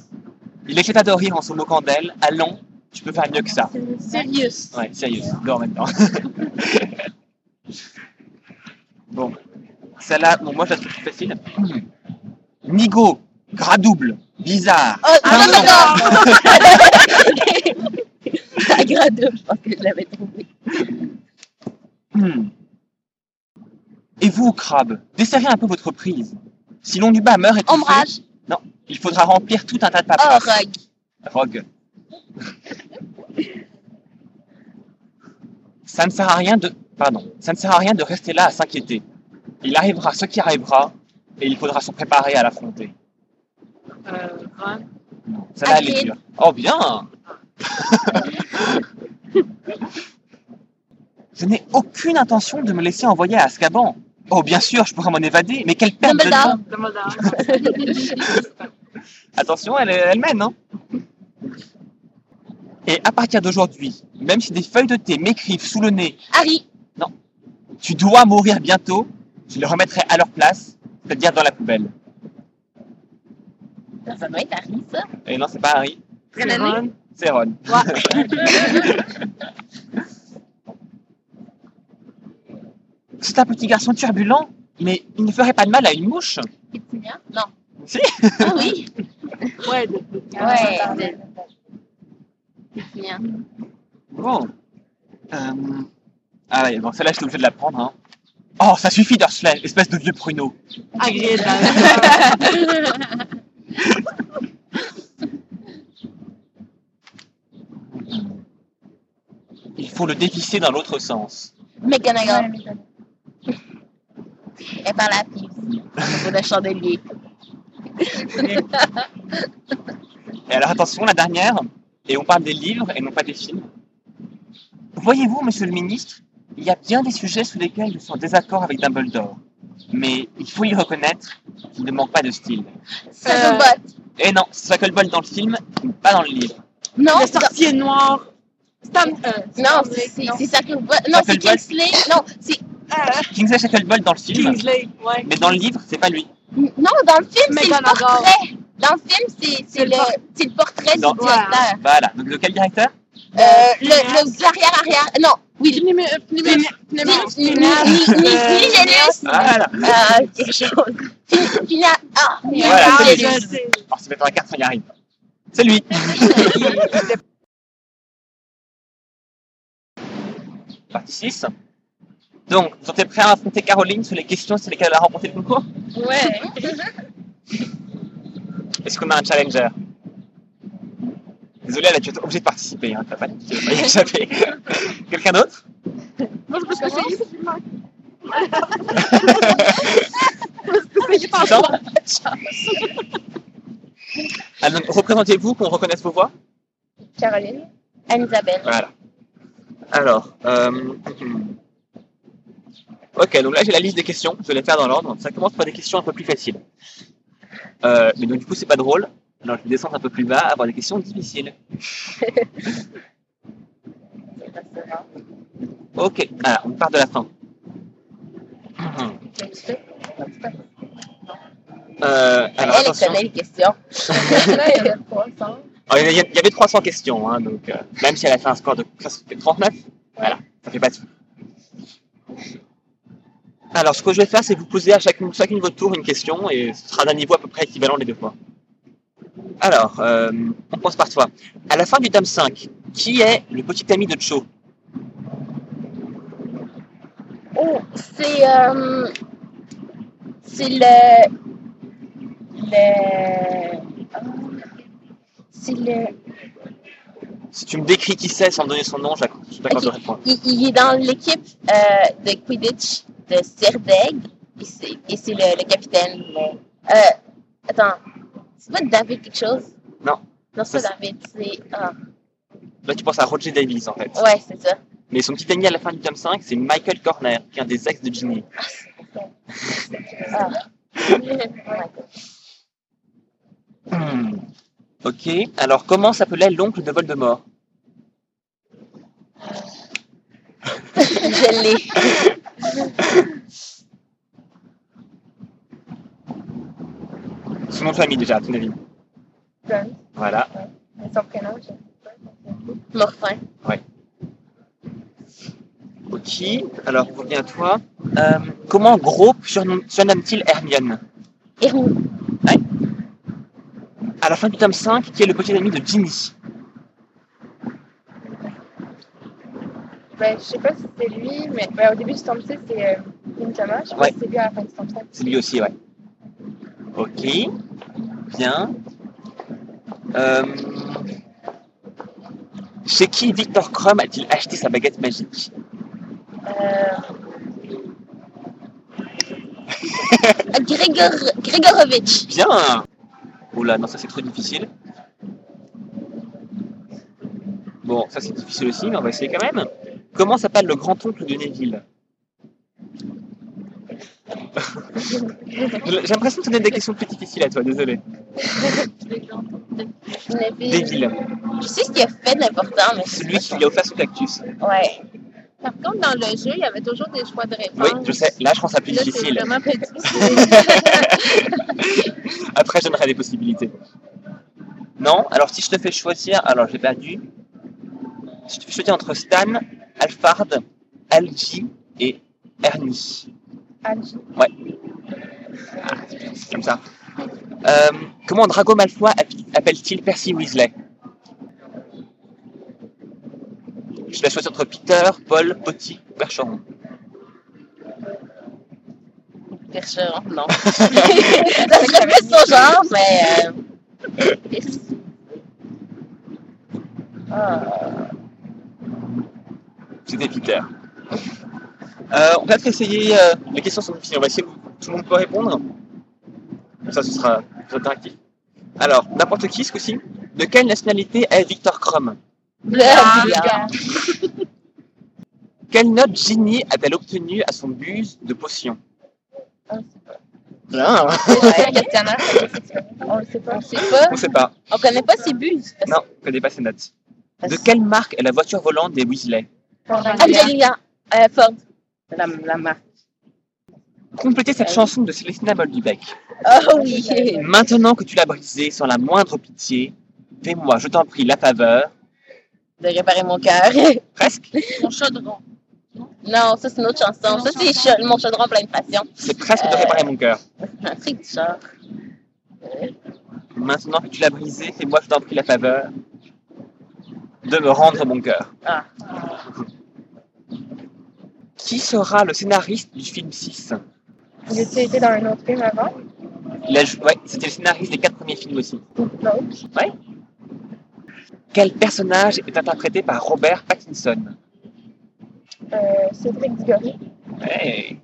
[SPEAKER 5] Il éclata de rire en se moquant d'elle. Allons, tu peux faire mieux que ça.
[SPEAKER 4] Sirius.
[SPEAKER 5] Ouais, sérieux, dors maintenant. bon, celle-là, bon, moi je la trouve plus facile. Hmm. Nigo, gras double, bizarre.
[SPEAKER 8] Oh, non,
[SPEAKER 5] Tintin.
[SPEAKER 8] non, non! Ok. Grado, je pense que je l'avais trouvé.
[SPEAKER 5] Hmm. Et vous, crabe, desserrez un peu votre prise. Si l'on du bas meurt étouffé...
[SPEAKER 8] Ombrage.
[SPEAKER 5] Non, il faudra remplir tout un tas de
[SPEAKER 8] Oh,
[SPEAKER 5] paperasses.
[SPEAKER 8] Rogue.
[SPEAKER 5] Rogue. ça ne sert à rien de... Pardon. Ça ne sert à rien de rester là à s'inquiéter. Il arrivera ce qui arrivera, et il faudra se préparer à l'affronter.
[SPEAKER 10] Euh, Ron,
[SPEAKER 5] Ça va
[SPEAKER 10] Hagrid.
[SPEAKER 5] aller dur. Oh, bien Je n'ai aucune intention de me laisser envoyer à Azkaban. Oh, bien sûr, je pourrais m'en évader, mais quelle perte de temps
[SPEAKER 10] Dumbledore.
[SPEAKER 5] Attention, elle, elle mène, hein Et à partir d'aujourd'hui, même si des feuilles de thé m'écrivent sous le nez
[SPEAKER 8] Harry.
[SPEAKER 5] Non. Tu dois mourir bientôt, je les remettrai à leur place, c'est-à-dire dans la poubelle.
[SPEAKER 8] Ça doit être Harry, ça.
[SPEAKER 5] Et non, c'est pas Harry,
[SPEAKER 10] C'est Ron.
[SPEAKER 5] c'est Ron. c'est un petit garçon turbulent, mais il ne ferait pas de mal à une mouche.
[SPEAKER 8] Pétillant? Non.
[SPEAKER 5] Si
[SPEAKER 8] Ah oui.
[SPEAKER 10] Ouais, de, de, de-
[SPEAKER 8] Ouais.
[SPEAKER 10] de-
[SPEAKER 8] de- Pétillant.
[SPEAKER 5] Bon. Euh... Ah ouais, bon, celle-là, je suis obligé de la prendre. Hein. Oh, ça suffit, Dursley, espèce de vieux pruneau.
[SPEAKER 10] Hagrid.
[SPEAKER 5] Il faut le dévisser dans l'autre sens.
[SPEAKER 8] McGonagall. Et par la fille aussi. Pour le chandelier.
[SPEAKER 5] Et alors, attention, la dernière, et on parle des livres et non pas des films. Voyez-vous, monsieur le ministre, il y a bien des sujets sur lesquels je suis en désaccord avec Dumbledore. Mais il faut y reconnaître qu'il ne manque pas de style.
[SPEAKER 8] Shufflebot.
[SPEAKER 5] Et non, Suckleball dans le film, pas dans le livre.
[SPEAKER 8] Non,
[SPEAKER 10] le
[SPEAKER 8] non,
[SPEAKER 10] sorcier noir. Stan, euh,
[SPEAKER 8] non, c'est c'est- c'est Shufflebot. Non, c'est
[SPEAKER 5] Shufflebot.
[SPEAKER 8] Kingsley. Non, c'est.
[SPEAKER 5] Kingsley Suckleball dans le film,
[SPEAKER 10] Kingsley. Ouais.
[SPEAKER 5] mais dans le livre, c'est pas lui.
[SPEAKER 8] Non, dans le film, c'est le
[SPEAKER 10] McGonagall.
[SPEAKER 8] portrait. Dans le film, c'est- c'est le, c'est le portrait du
[SPEAKER 5] Dans-
[SPEAKER 8] directeur.
[SPEAKER 5] Voilà, donc de quel directeur
[SPEAKER 8] Euh, le, le l'arrière-arrière. Non, oui. Euh, Nigélus.
[SPEAKER 5] Voilà.
[SPEAKER 8] Ah, quelque chose. Fin- Fina. Ah,
[SPEAKER 5] Voilà, c'est
[SPEAKER 8] Nigélus.
[SPEAKER 5] lui. Oh, c'est mettre la carte, on y arrive. C'est lui. Partie 6. Donc, vous êtes prêts à affronter Caroline sur les questions sur lesquelles elle a remporté le concours
[SPEAKER 4] Ouais.
[SPEAKER 5] Est-ce qu'on a un challenger Désolé, elle a dû être obligée de participer, hein. t'as pas tu vas pas y échapper. Quelqu'un d'autre
[SPEAKER 12] Moi, je peux essayer.
[SPEAKER 5] Non Ah, donc, Représentez-vous, qu'on reconnaisse vos voix
[SPEAKER 11] Caroline.
[SPEAKER 8] Anne-Isabelle.
[SPEAKER 5] Voilà. Alors, euh... ok, donc là j'ai la liste des questions, je vais les faire dans l'ordre. Ça commence par des questions un peu plus faciles. Euh, mais donc du coup c'est pas drôle. Alors je vais descendre un peu plus bas, avoir des questions difficiles. Ok, alors on part de la fin. Euh, alors
[SPEAKER 8] Elle
[SPEAKER 5] attention.
[SPEAKER 8] connaît les questions.
[SPEAKER 11] Là, il y en a trois, ça.
[SPEAKER 5] Alors, Oh, il y a- il y avait 300 questions, hein, donc euh, même si elle a fait un score de 39, voilà, ça fait pas de soucis. Alors, ce que je vais faire, c'est vous poser à chacune, chacune de votre tour une question et ce sera d'un niveau à peu près équivalent les deux fois. Alors, euh, on pense par toi. À la fin du tome 5, qui est le petit ami de Cho
[SPEAKER 11] Oh, c'est. euh, c'est le. Le. oh, c'est le.
[SPEAKER 5] Si tu me décris qui c'est sans me donner son nom, je t'acc- je t'accorderai le point.
[SPEAKER 8] Il, il est dans l'équipe euh, de Quidditch de Sirdeg. Et c'est et c'est le, le capitaine. le- euh, attends, c'est pas David quelque chose?
[SPEAKER 5] Non.
[SPEAKER 8] Non, c'est
[SPEAKER 5] Ça,
[SPEAKER 8] pas David. C'est. ah,
[SPEAKER 5] Là, tu penses à Roger Davies, en fait.
[SPEAKER 8] ouais, c'est ça.
[SPEAKER 5] Mais son petit ami à la fin du tome 5, c'est Michael Corner, qui est un des ex de Ginny.
[SPEAKER 8] Ah.
[SPEAKER 5] Hmm. Ok, alors comment s'appelait l'oncle de Voldemort
[SPEAKER 8] Je l'ai.
[SPEAKER 5] Son nom de famille déjà, à ton avis.
[SPEAKER 11] John.
[SPEAKER 5] Voilà.
[SPEAKER 11] Mais son prénom, je sais pas.
[SPEAKER 8] Morfin.
[SPEAKER 5] Ok, alors on revient à toi. Euh, comment Gros surnom- surnomme-t-il Hermione
[SPEAKER 8] Hermione.
[SPEAKER 5] Ouais. à la fin du tome 5, qui est le petit ami de Jimmy.
[SPEAKER 11] Ben, je sais pas si c'est lui, mais ben, au début du tome 6, c'est euh, Gintama. Je pense
[SPEAKER 5] Ouais.
[SPEAKER 11] que c'est lui à la fin du tome 7.
[SPEAKER 5] C'est lui aussi, ouais. Ok. Bien. Euh... Chez qui Victor Crumb a-t-il acheté sa baguette magique
[SPEAKER 8] Grégor... Grégorovitch.
[SPEAKER 5] Bien Oula, non, ça c'est trop difficile. Bon, ça c'est difficile aussi, mais on va essayer quand même. Comment s'appelle le grand-oncle de Neville J'ai l'impression de te donner des questions plus difficiles à toi, désolé. Neville,
[SPEAKER 8] Je sais ce qu'il a fait d'important, mais
[SPEAKER 5] celui qui lui a offert son cactus.
[SPEAKER 8] ouais.
[SPEAKER 9] Par contre, dans le jeu, il y avait toujours des choix de réponse.
[SPEAKER 5] Oui, je sais, là je pense que c'est plus
[SPEAKER 9] Là, c'est
[SPEAKER 5] difficile.
[SPEAKER 9] vraiment plus difficile.
[SPEAKER 5] Après, je donnerai des possibilités. Non, alors si je te fais choisir, alors j'ai perdu. Si je te fais choisir entre Stan, Alphard, Algie et Ernie.
[SPEAKER 11] Angie.
[SPEAKER 5] Ouais. Ah, c'est comme ça. Euh, comment Drago Malfoy app- appelle-t-il Percy Weasley Je vais choisir entre Peter, Paul, Potty, Percheron.
[SPEAKER 8] Percheron, non. c'est plus son genre, mais. euh,
[SPEAKER 5] C'était Peter. Euh, on va peut-être essayer. euh, les questions sont finies. On va essayer. Tout le monde peut répondre. Comme ça, ce sera plus interactif. Alors, n'importe qui ce coup-ci. De quelle nationalité est Victor Crumb
[SPEAKER 8] Blair,
[SPEAKER 9] Ah,
[SPEAKER 5] Quelle note Ginny a-t-elle obtenue à son buse de potion Bien.
[SPEAKER 8] Ouais.
[SPEAKER 11] On le sait pas.
[SPEAKER 8] On sait pas.
[SPEAKER 5] On sait pas.
[SPEAKER 8] On connaît pas ses buts. parce-
[SPEAKER 5] Non, on connaît pas ces notes.
[SPEAKER 8] parce-
[SPEAKER 5] De quelle marque est la voiture volante des Weasley
[SPEAKER 8] Angelina euh, Ford. La, la marque.
[SPEAKER 5] Complétez cette chanson de Célestina Boldubec.
[SPEAKER 8] Oh oui.
[SPEAKER 5] Maintenant que tu l'as brisée sans la moindre pitié, fais-moi, je t'en prie, la faveur.
[SPEAKER 8] De réparer mon cœur.
[SPEAKER 5] Presque.
[SPEAKER 4] Mon chaudron.
[SPEAKER 8] Non, ça c'est une autre chanson. Ça c'est cha- mon chaudron plein de passion.
[SPEAKER 5] C'est presque de réparer mon cœur.
[SPEAKER 8] Un truc du genre.
[SPEAKER 5] Maintenant que tu l'as brisé, c'est moi je t'en prie la faveur de me rendre mon cœur.
[SPEAKER 8] Ah.
[SPEAKER 5] Qui sera le scénariste du film 6
[SPEAKER 11] Il était été dans un autre film avant.
[SPEAKER 5] Il a jou- ouais, C'était le scénariste des quatre premiers films aussi.
[SPEAKER 11] Donc,
[SPEAKER 5] Quel personnage est interprété par Robert Pattinson
[SPEAKER 11] euh, Cédric Diggory.
[SPEAKER 5] Hey.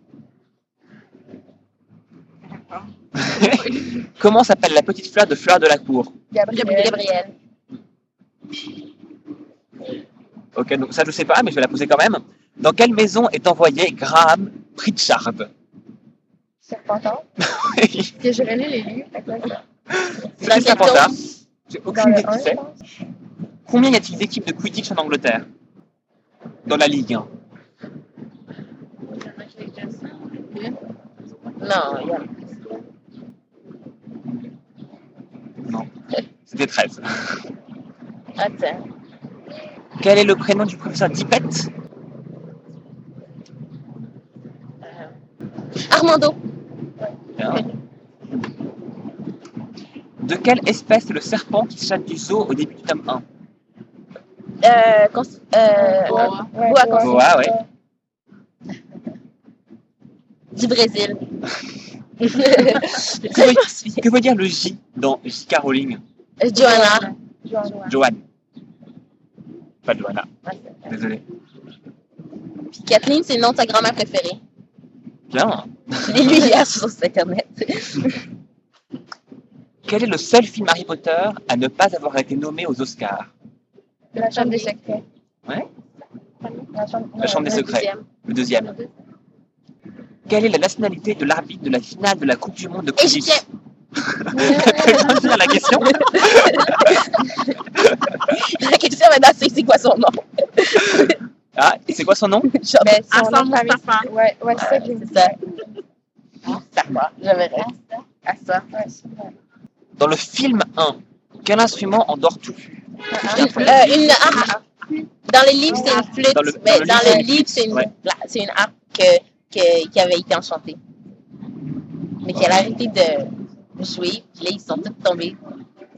[SPEAKER 5] Comment s'appelle la petite fleur de fleur de la cour
[SPEAKER 11] Gabriel.
[SPEAKER 8] Gabriel.
[SPEAKER 5] Ok, donc ça je sais pas, mais je vais la poser quand même. Dans quelle maison est envoyé Graham Pritchard
[SPEAKER 11] Serpentor.
[SPEAKER 5] C'est
[SPEAKER 11] Que j'ai relu les livres. fait que là, je-
[SPEAKER 8] Dans
[SPEAKER 5] juste un
[SPEAKER 8] quel tome
[SPEAKER 5] panthard. J'ai
[SPEAKER 11] Dans
[SPEAKER 5] aucune
[SPEAKER 11] le
[SPEAKER 5] idée de qui
[SPEAKER 11] 1, je
[SPEAKER 5] c'est.
[SPEAKER 11] pense.
[SPEAKER 5] Combien y a-t-il d'équipes de Quidditch en Angleterre Dans la Ligue 1.
[SPEAKER 8] Non, il y a
[SPEAKER 5] Non. C'était 13.
[SPEAKER 8] Attends.
[SPEAKER 5] Quel est le prénom du professeur Tippett
[SPEAKER 8] Armando.
[SPEAKER 5] De quelle espèce est le serpent qui s'échappe du zoo au début du tome 1
[SPEAKER 8] Euh, cons- euh,
[SPEAKER 10] Boa.
[SPEAKER 11] Ouais,
[SPEAKER 8] Boa,
[SPEAKER 11] Boa.
[SPEAKER 5] Boa, ouais.
[SPEAKER 8] Du Brésil. Je m'en souviens.
[SPEAKER 5] Que veut dire le J dans J. Caroline
[SPEAKER 4] Euh,
[SPEAKER 8] Johanna.
[SPEAKER 11] Joanna.
[SPEAKER 5] Joanne. Pas Joanna,
[SPEAKER 11] Ah,
[SPEAKER 5] désolé.
[SPEAKER 8] Puis Kathleen, c'est le nom de sa grand-mère préférée.
[SPEAKER 5] Bien.
[SPEAKER 8] Je l'ai lu hier sur Internet.
[SPEAKER 5] Quel est le seul film Harry Potter à ne pas avoir été nommé aux Oscars
[SPEAKER 11] La chambre des secrets.
[SPEAKER 5] Ouais.
[SPEAKER 11] La chambre,
[SPEAKER 5] La Chambre des
[SPEAKER 11] ouais.
[SPEAKER 5] Secrets. Euh, Le deuxième. Quelle est la nationalité de l'arbitre de la finale de la Coupe du Monde de Quidditch
[SPEAKER 8] Égyptien.
[SPEAKER 5] Quelqu'un peut dire la question
[SPEAKER 8] La question maintenant, c'est c'est quoi son nom?
[SPEAKER 5] Ah, c'est quoi son nom
[SPEAKER 8] Genre,
[SPEAKER 11] Ben, son
[SPEAKER 12] Hassan
[SPEAKER 11] nom de famille,
[SPEAKER 12] Mustafa.
[SPEAKER 11] c'est- Ouais, ouais, c'est ça que j'ai
[SPEAKER 8] c'est
[SPEAKER 11] dit.
[SPEAKER 8] ça. Ah,
[SPEAKER 11] ouais.
[SPEAKER 8] Sarah, j'avais raison. À Ah, ça.
[SPEAKER 11] Ouais, c'est vrai.
[SPEAKER 5] Dans le film 1, quel instrument endort tout
[SPEAKER 8] Une, euh, une harpe. Dans le livre, c'est une flûte.
[SPEAKER 5] Dans le-
[SPEAKER 8] mais
[SPEAKER 5] dans le
[SPEAKER 8] dans
[SPEAKER 5] livre,
[SPEAKER 8] le livre, c'est une,
[SPEAKER 5] Ouais.
[SPEAKER 8] la- c'est une harpe que, que- qui avait été enchantée. Mais qu'elle a arrêté de jouer. Puis là, ils sont tous tombés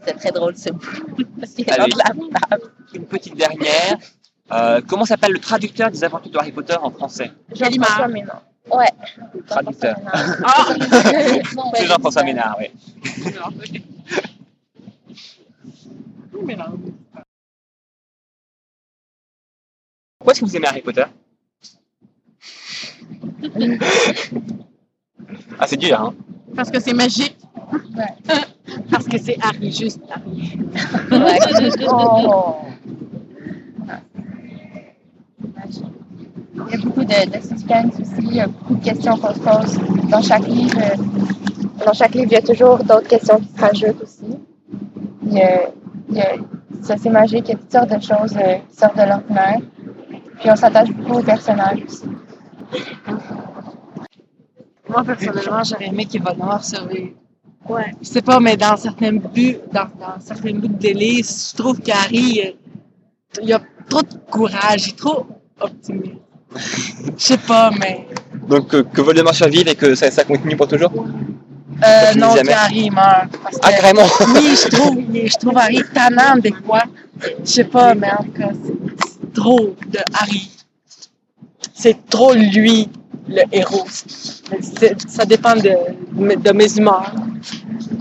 [SPEAKER 8] C'était très drôle ce bout. Parce qu'il est
[SPEAKER 5] Allez.
[SPEAKER 8] entre la table.
[SPEAKER 5] Une petite dernière. Euh, comment s'appelle le traducteur des aventures de Harry Potter en français
[SPEAKER 12] Gallimard.
[SPEAKER 16] Ouais.
[SPEAKER 5] Traducteur.
[SPEAKER 12] Ah!
[SPEAKER 5] C'est Jean-François Ménard, oui.
[SPEAKER 10] Tout mélange.
[SPEAKER 5] Pourquoi est-ce que vous aimez Harry Potter Ah, c'est dur, hein
[SPEAKER 12] Parce que c'est magique.
[SPEAKER 10] Parce que c'est Harry, juste Harry.
[SPEAKER 8] Oh.
[SPEAKER 11] Il y a beaucoup de, de suspense aussi, il y a beaucoup de questions qu'on se pose dans chaque livre. euh, Dans chaque livre, il y a toujours d'autres questions qui se rajoutent aussi. Il y a, il y a- ça c'est magique, il y a toutes sortes de choses euh, qui sortent de l'ordinaire. Puis on s'attache beaucoup aux personnages aussi.
[SPEAKER 10] Moi, personnellement, j'aurais aimé qu'il va noir survivre. Ouais. Je sais pas, mais dans certains buts, dans, dans certains bouts de délice, je trouve qu'Harry, euh, il a trop de courage, il est trop optimiste. Je sais pas, mais.
[SPEAKER 5] Donc, euh, que Voldemort survive et que ça, ça continue pour toujours
[SPEAKER 10] Euh,
[SPEAKER 5] finit
[SPEAKER 10] non,
[SPEAKER 5] jamais.
[SPEAKER 10] qu'Harry meurt. Parce
[SPEAKER 5] Ah,
[SPEAKER 10] que-
[SPEAKER 5] carrément
[SPEAKER 10] Oui, je trouve, il est- je trouve Harry tannant des fois. Je sais pas, mais en tout cas, c'est- c'est trop de Harry. C'est trop lui, le héros. Mais c'est- Ça dépend de, de mes humeurs.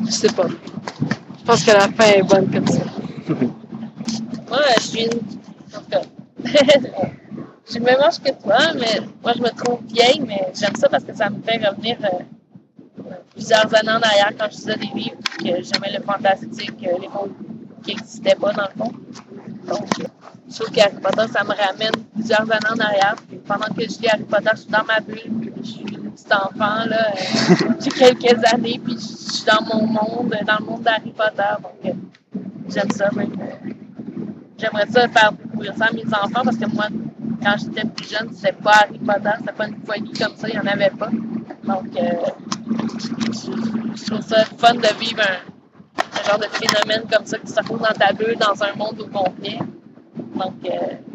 [SPEAKER 10] Je sais pas. Je pense que la fin est bonne comme ça.
[SPEAKER 4] Moi, je suis une. En tout cas, je suis le même âge que toi, mais moi, je me trouve vieille, mais j'aime ça parce que ça me fait revenir euh, plusieurs années en arrière quand je faisais des livres puis que j'aimais le fantastique, euh, les mots qui n'existaient pas dans le fond. Donc, euh, je trouve qu'Harry Potter, ça me ramène plusieurs années en arrière. Puis pendant que je lis Harry Potter, je suis dans ma bulle, puis je suis une petite enfant, là. euh, J'ai quelques années, puis je suis dans mon monde, dans le monde d'Harry Potter. Donc, euh, j'aime ça, même. euh, J'aimerais ça faire découvrir ça à mes enfants parce que moi, quand j'étais plus jeune, c'était pas Harry Potter, c'était pas une folie comme ça, il n'y en avait pas. Donc, euh, je, je trouve ça fun de vivre un, un genre de phénomène comme ça qui se retrouve dans ta bulle, dans un monde au complet. Donc, euh,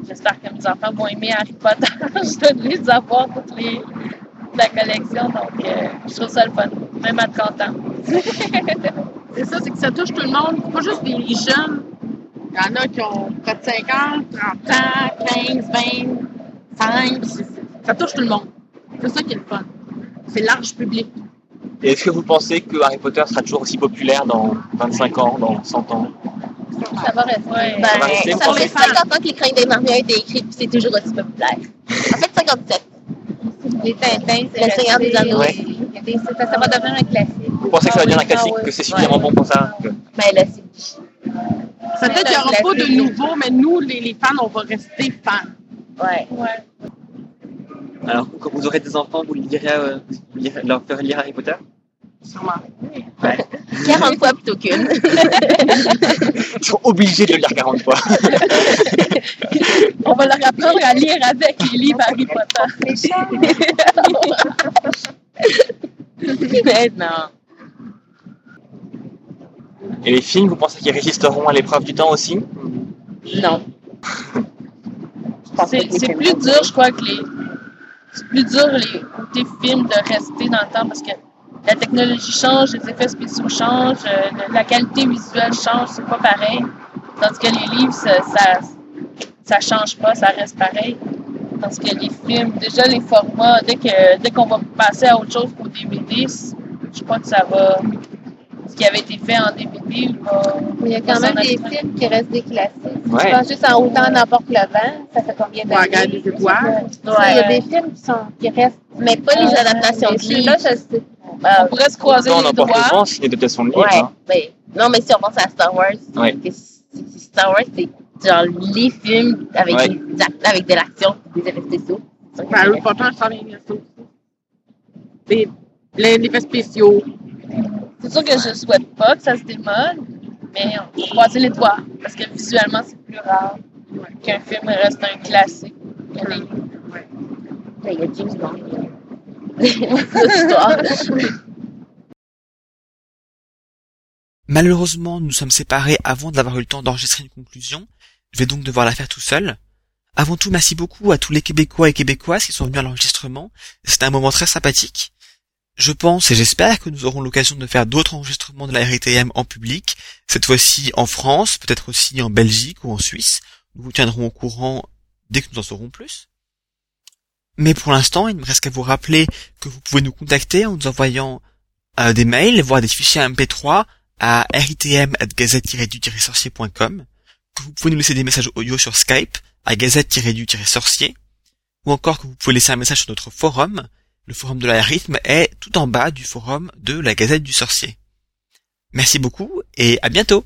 [SPEAKER 4] j'espère que mes enfants vont aimer Harry Potter. je dois les avoir toutes les toute la collection, donc euh, je trouve ça le fun, même à 30 ans.
[SPEAKER 12] C'est ça, c'est que ça touche tout le monde. C'est pas juste des jeunes. Il y en a qui ont près de 50, 30 ans, 15, 25. c'est- c'est- Ça touche tout le monde. C'est ça qui est le fun. C'est large public.
[SPEAKER 5] Et est-ce que vous pensez que Harry Potter sera toujours aussi populaire dans 25 ans, dans 100 ans
[SPEAKER 8] Ça va rester. Ben,
[SPEAKER 5] Ça va rester, vous
[SPEAKER 8] ça fait
[SPEAKER 5] pensez?
[SPEAKER 8] 50 ans que les chroniques des Narniens ont été écrites, puis c'est toujours aussi populaire. En fait, 57.
[SPEAKER 11] Les Tintins, c'est euh,
[SPEAKER 8] Le Seigneur des Anneaux.
[SPEAKER 5] Ouais.
[SPEAKER 11] il y a des- ça, ça va devenir un classique.
[SPEAKER 5] Vous pensez que ça va devenir
[SPEAKER 8] Ah oui,
[SPEAKER 5] un
[SPEAKER 8] ah
[SPEAKER 5] classique,
[SPEAKER 8] oui.
[SPEAKER 5] que c'est suffisamment bon pour ça que-
[SPEAKER 8] Ben là, c'est
[SPEAKER 12] Ça Peut-être qu'il n'y aura pas de nouveau, mais nous, les, les fans, on va rester fans.
[SPEAKER 8] Ouais.
[SPEAKER 4] Ouais.
[SPEAKER 5] Alors, quand vous aurez des enfants, vous, lirez, euh, vous lirez- leur ferez lire Harry Potter
[SPEAKER 12] Sûrement.
[SPEAKER 8] 40 fois plutôt qu'une.
[SPEAKER 5] Ils sont obligés de le lire 40 fois.
[SPEAKER 4] On va leur apprendre à lire avec les livres Harry Potter.
[SPEAKER 8] mais non.
[SPEAKER 5] Et les films, vous pensez qu'ils résisteront à l'épreuve du temps aussi
[SPEAKER 8] Non. Je pense pas
[SPEAKER 4] C'est
[SPEAKER 8] que les
[SPEAKER 4] c'est
[SPEAKER 8] films
[SPEAKER 4] plus
[SPEAKER 8] vont
[SPEAKER 4] dur, je crois, que les. C'est plus dur, les côtés films, de rester dans le temps parce que la technologie change, les effets spéciaux changent, euh, le- la qualité visuelle change, c'est pas pareil. Tandis que les livres, ça, ça, ça change pas, ça reste pareil. Tandis que les films, déjà les formats, dès que dès qu'on va passer à autre chose qu'au DVD, c- je crois que ça va. Ce qui avait été fait en DVD va.
[SPEAKER 11] Mais il y a
[SPEAKER 4] va
[SPEAKER 11] quand
[SPEAKER 4] s'en
[SPEAKER 11] même des
[SPEAKER 4] aller.
[SPEAKER 11] films qui restent des classiques.
[SPEAKER 8] Bah,
[SPEAKER 11] Si
[SPEAKER 5] Ouais.
[SPEAKER 11] tu penses juste en autant n'importe le vent, ça fait combien d'années?
[SPEAKER 12] regarde les étoiles.
[SPEAKER 11] Tu sais, Il y a
[SPEAKER 8] Ouais.
[SPEAKER 11] des films qui, sont, qui restent.
[SPEAKER 8] Mais pas les adaptations
[SPEAKER 11] Mais
[SPEAKER 8] de
[SPEAKER 11] celui-là,
[SPEAKER 8] livres.
[SPEAKER 11] je sais.
[SPEAKER 8] Ben,
[SPEAKER 4] On pourrait se croiser
[SPEAKER 5] Autant
[SPEAKER 4] les
[SPEAKER 5] n'importe
[SPEAKER 4] doigts.
[SPEAKER 5] comment, c'est une adaptation de livre.
[SPEAKER 8] Ouais,
[SPEAKER 5] hein.
[SPEAKER 8] mais non, mais si on pense à Star Wars,
[SPEAKER 5] Ouais.
[SPEAKER 8] que c- c- Star Wars, c'est genre les films avec,
[SPEAKER 5] Ouais.
[SPEAKER 8] des act- avec de l'action, des effets spéciaux.
[SPEAKER 12] Mais
[SPEAKER 10] Ben,
[SPEAKER 12] Harry Potter,
[SPEAKER 10] halt
[SPEAKER 12] ça vient de ça aussi. Les, les, les effets spéciaux.
[SPEAKER 4] C'est sûr que je souhaite pas que ça se démode, mais on va croiser les doigts parce que visuellement, c'est plus rare qu'un film reste un classique. que des-
[SPEAKER 8] Ben, Il y a James Bond. Cette histoire.
[SPEAKER 2] Malheureusement, nous sommes séparés avant d'avoir eu le temps d'enregistrer une conclusion. Je vais donc devoir la faire tout seul. Avant tout, merci beaucoup à tous les Québécois et Québécoises qui sont venus à l'enregistrement. C'était un moment très sympathique. Je pense et j'espère que nous aurons l'occasion de faire d'autres enregistrements de la RTM en public, cette fois-ci en France, peut-être aussi en Belgique ou en Suisse. Nous vous tiendrons au courant dès que nous en saurons plus. Mais pour l'instant, il ne me reste qu'à vous rappeler que vous pouvez nous contacter en nous envoyant euh, des mails, voire des fichiers MP3 à ritm.gazette-du-sorcier.com, que vous pouvez nous laisser des messages audio sur Skype à gazette-du-sorcier, ou encore que vous pouvez laisser un message sur notre forum. Le forum de la rythme est tout en bas du forum de la Gazette du Sorcier. Merci beaucoup et à bientôt